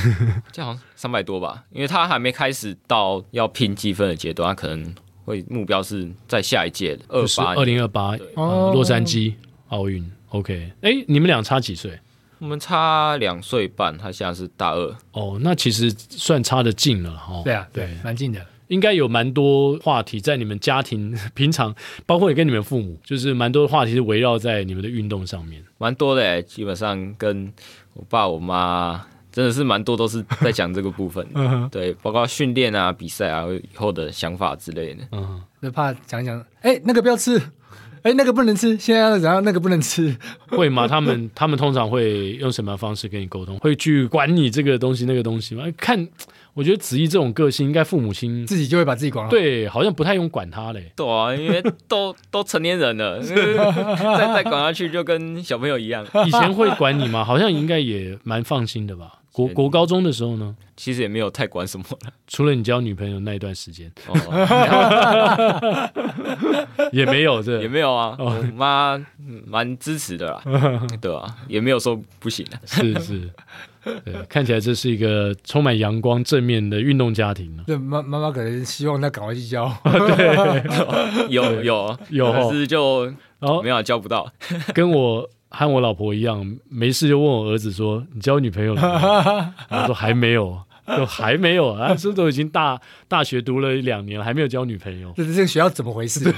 Speaker 4: 这样好像三百多吧，因为他还没开始到要拼积分的阶段，他可能会目标是在下一届的二
Speaker 1: 就是
Speaker 4: 八
Speaker 1: 二零二八嗯
Speaker 5: 哦
Speaker 1: 洛杉矶奥运。OK，哎，你们俩差几岁？
Speaker 4: 我们差两岁半，他现在是大二，
Speaker 1: 哦，那其实算差的近了哈。
Speaker 5: 对啊，对，蛮近的。
Speaker 1: 应该有蛮多话题在你们家庭 平常，包括也跟你们父母，就是蛮多话题是围绕在你们的运动上面。
Speaker 4: 蛮多的欸，基本上跟我爸我妈真的是蛮多都是在讲这个部 分
Speaker 1: 嗯
Speaker 4: 的对，包括训练啊、比赛啊、以后的想法之类的。
Speaker 1: 嗯，
Speaker 5: 就怕讲一讲，哎，那个不要吃，哎，那个不能吃，现在要怎样？那个不能吃，
Speaker 1: 会 吗？他们他们通常会用什么方式跟你沟通？会去管你这个东西那个东西吗？看，我觉得子怡这种个性，应该父母亲
Speaker 5: 自己就会把自己管好。，
Speaker 1: 对好像不太用管他 嘞。
Speaker 4: 对啊，因为都都成年人了， 再再管下去就跟小朋友一样。
Speaker 1: 以前会管你吗？好像应该也蛮放心的 吧。国国高中的时候呢，
Speaker 4: 其实也没有太管什么了。
Speaker 1: 除了你交女朋友那一段时 间，
Speaker 4: 哦，
Speaker 1: 也没有这
Speaker 4: 也没有啊，我妈嗯蛮支持的啦，对啊，也没有说不行啊。
Speaker 1: 是是，对，看起来这是一个充满阳光、正面的运动家庭啊呢、
Speaker 5: 这妈妈妈可能希望他赶快去教，
Speaker 4: 有有
Speaker 1: 有
Speaker 4: 可是就
Speaker 1: 然后
Speaker 4: 没有交不到。
Speaker 1: 跟我和我老婆一样，没事就问我儿子说：“你交女朋友了吗？” 我说：“还没有，都还没有啊，这都已经大 大学读了两年了，还没有交女朋友。”
Speaker 5: 这这个学校怎么回事？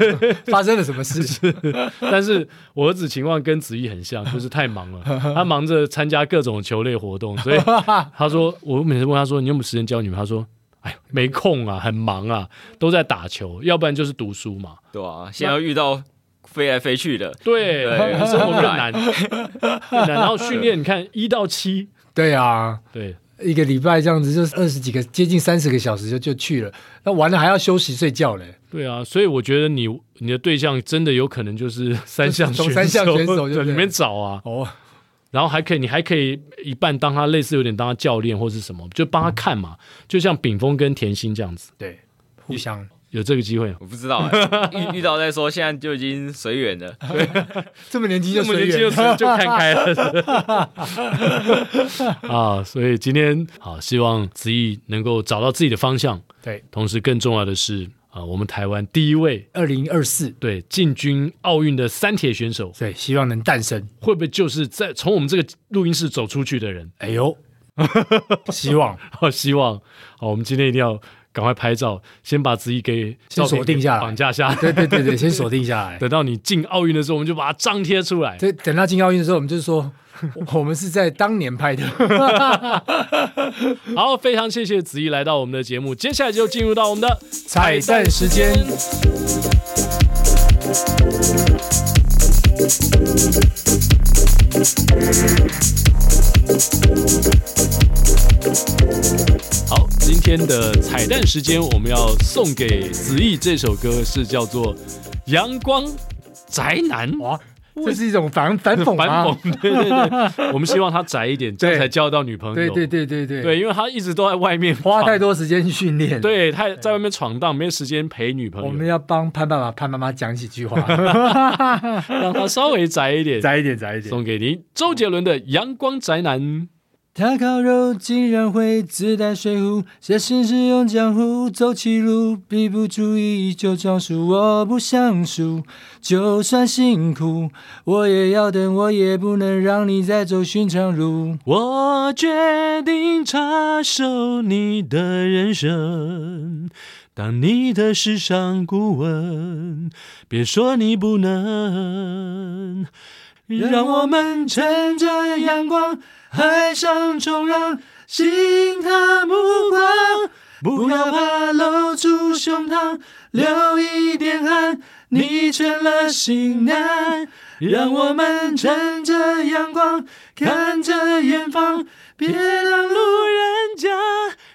Speaker 5: 发生了什么事？
Speaker 1: 但是我儿子情况跟子怡很像，就是太忙 了，他忙着参加各种球类活动，所以他说，我每次问他说你有没有时间教女朋友，他说。哎，没空啊，很忙啊，都在打球，要不然就是读书嘛。
Speaker 4: 对啊，现在又遇到飞来飞去的，
Speaker 1: 对，
Speaker 4: 对
Speaker 1: 生活更难，更难。然后训练，你看一到七，
Speaker 5: 对啊，
Speaker 1: 对，
Speaker 5: 一个礼拜这样子就是二十几个，接近三十个小时就就去了，那完了还要休息睡觉嘞。
Speaker 1: 对啊，所以我觉得你你的对象真的有可能就是 三项
Speaker 5: 从
Speaker 1: 选手，
Speaker 5: 三项选手就
Speaker 1: 在里
Speaker 5: 对
Speaker 1: 面找啊，
Speaker 5: 哦，
Speaker 1: 然后还可以你还可以一半当他类似有点当他教练或是什么，就帮他看嘛，就像炳峰跟甜心这样子，
Speaker 5: 对，互相
Speaker 1: 有这个机会吗。
Speaker 4: 我不知道哎、遇遇到再说，现在就已经随缘了。
Speaker 5: 这么年轻
Speaker 1: 这
Speaker 5: 就
Speaker 1: 么
Speaker 5: 随
Speaker 1: 年轻就
Speaker 5: 缘，
Speaker 1: 就 看开了 啊！所以今天好，希望子毅能够找到自己的方向。
Speaker 5: 对，
Speaker 1: 同时更重要的是啊、我们台湾第一位
Speaker 5: 二零二四，
Speaker 1: 对进军奥运的三铁选手，
Speaker 5: 对，希望能诞生。
Speaker 1: 会不会就是在从我们这个录音室走出去的人？
Speaker 5: 哎呦，希望
Speaker 1: 好，希望好，我们今天一定要赶快拍照，先把子怡给照
Speaker 5: 先
Speaker 1: 片
Speaker 5: 锁定
Speaker 1: 给
Speaker 5: 下来
Speaker 1: 绑架下来。
Speaker 5: 对对对对，先锁定下来。
Speaker 1: 等到你进奥运的时候，我们就把它张贴出来。
Speaker 5: 这等到进奥运的时候，我们就 是说，我我们是在当年拍的。
Speaker 1: 好，非常谢谢子怡来到我们的节目，接下来就进入到我们的
Speaker 5: 彩蛋时间。
Speaker 1: 好，今天的彩蛋时间，我们要送给子怡这首歌是叫做《阳光宅男》。
Speaker 5: 哇，这是一种反反讽啊
Speaker 1: 反
Speaker 5: 吗？
Speaker 1: 讽，对对对，我们希望他宅一点，这样
Speaker 5: 对
Speaker 1: 才交到女朋友。
Speaker 5: 对对对对对，
Speaker 1: 对，因为他一直都在外面
Speaker 5: 花太
Speaker 1: 多，
Speaker 5: 多时间去训练。，
Speaker 1: 对，太在外面闯荡，没有时间陪女朋
Speaker 5: 我们
Speaker 1: 友，
Speaker 5: 要帮潘爸爸、潘妈妈讲几 句话，
Speaker 1: 让他稍微宅一点。
Speaker 5: 宅一点，宅一点。
Speaker 1: 送给您周杰伦的《阳光宅男》。
Speaker 5: 他烤肉竟然会自带水壶，写诗只用江湖，走歧路必不注意就装输，我不想输，就算辛苦我也要等，我也不能让你再走寻 常路。
Speaker 1: 我决定插手你的人生，当你的时尚顾问，别说你不能。让
Speaker 5: 让
Speaker 1: 我
Speaker 5: 我
Speaker 1: 们
Speaker 5: 们乘着阳光，海上冲浪，心他目光，不要怕露出胸膛，流一点汗，你成了型男。让我们乘着阳光，看着远方，别当路人甲，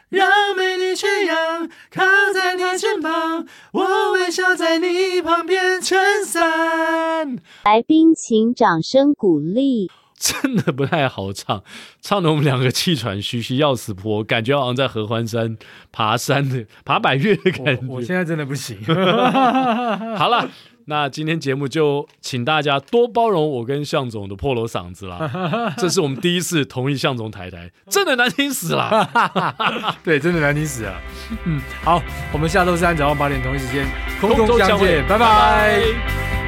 Speaker 5: 让美丽缺氧，靠在你肩膀，我微笑在你旁边撑伞。
Speaker 6: 来宾请掌声鼓励。
Speaker 1: 真的不太好唱，唱的我们两个气喘吁吁，要死不活，感觉好像在合欢山哎爬山的、爬百越的感觉。
Speaker 5: 在真的不行。
Speaker 1: 好了，那今天节目就请大家多包容我跟向总的破锣嗓子啦，这是我们第一次同意向总台台，真的难听死了。
Speaker 5: 对，真的难听死了。啊嗯，好，我们下周三早上八点同一时间空中相见，拜拜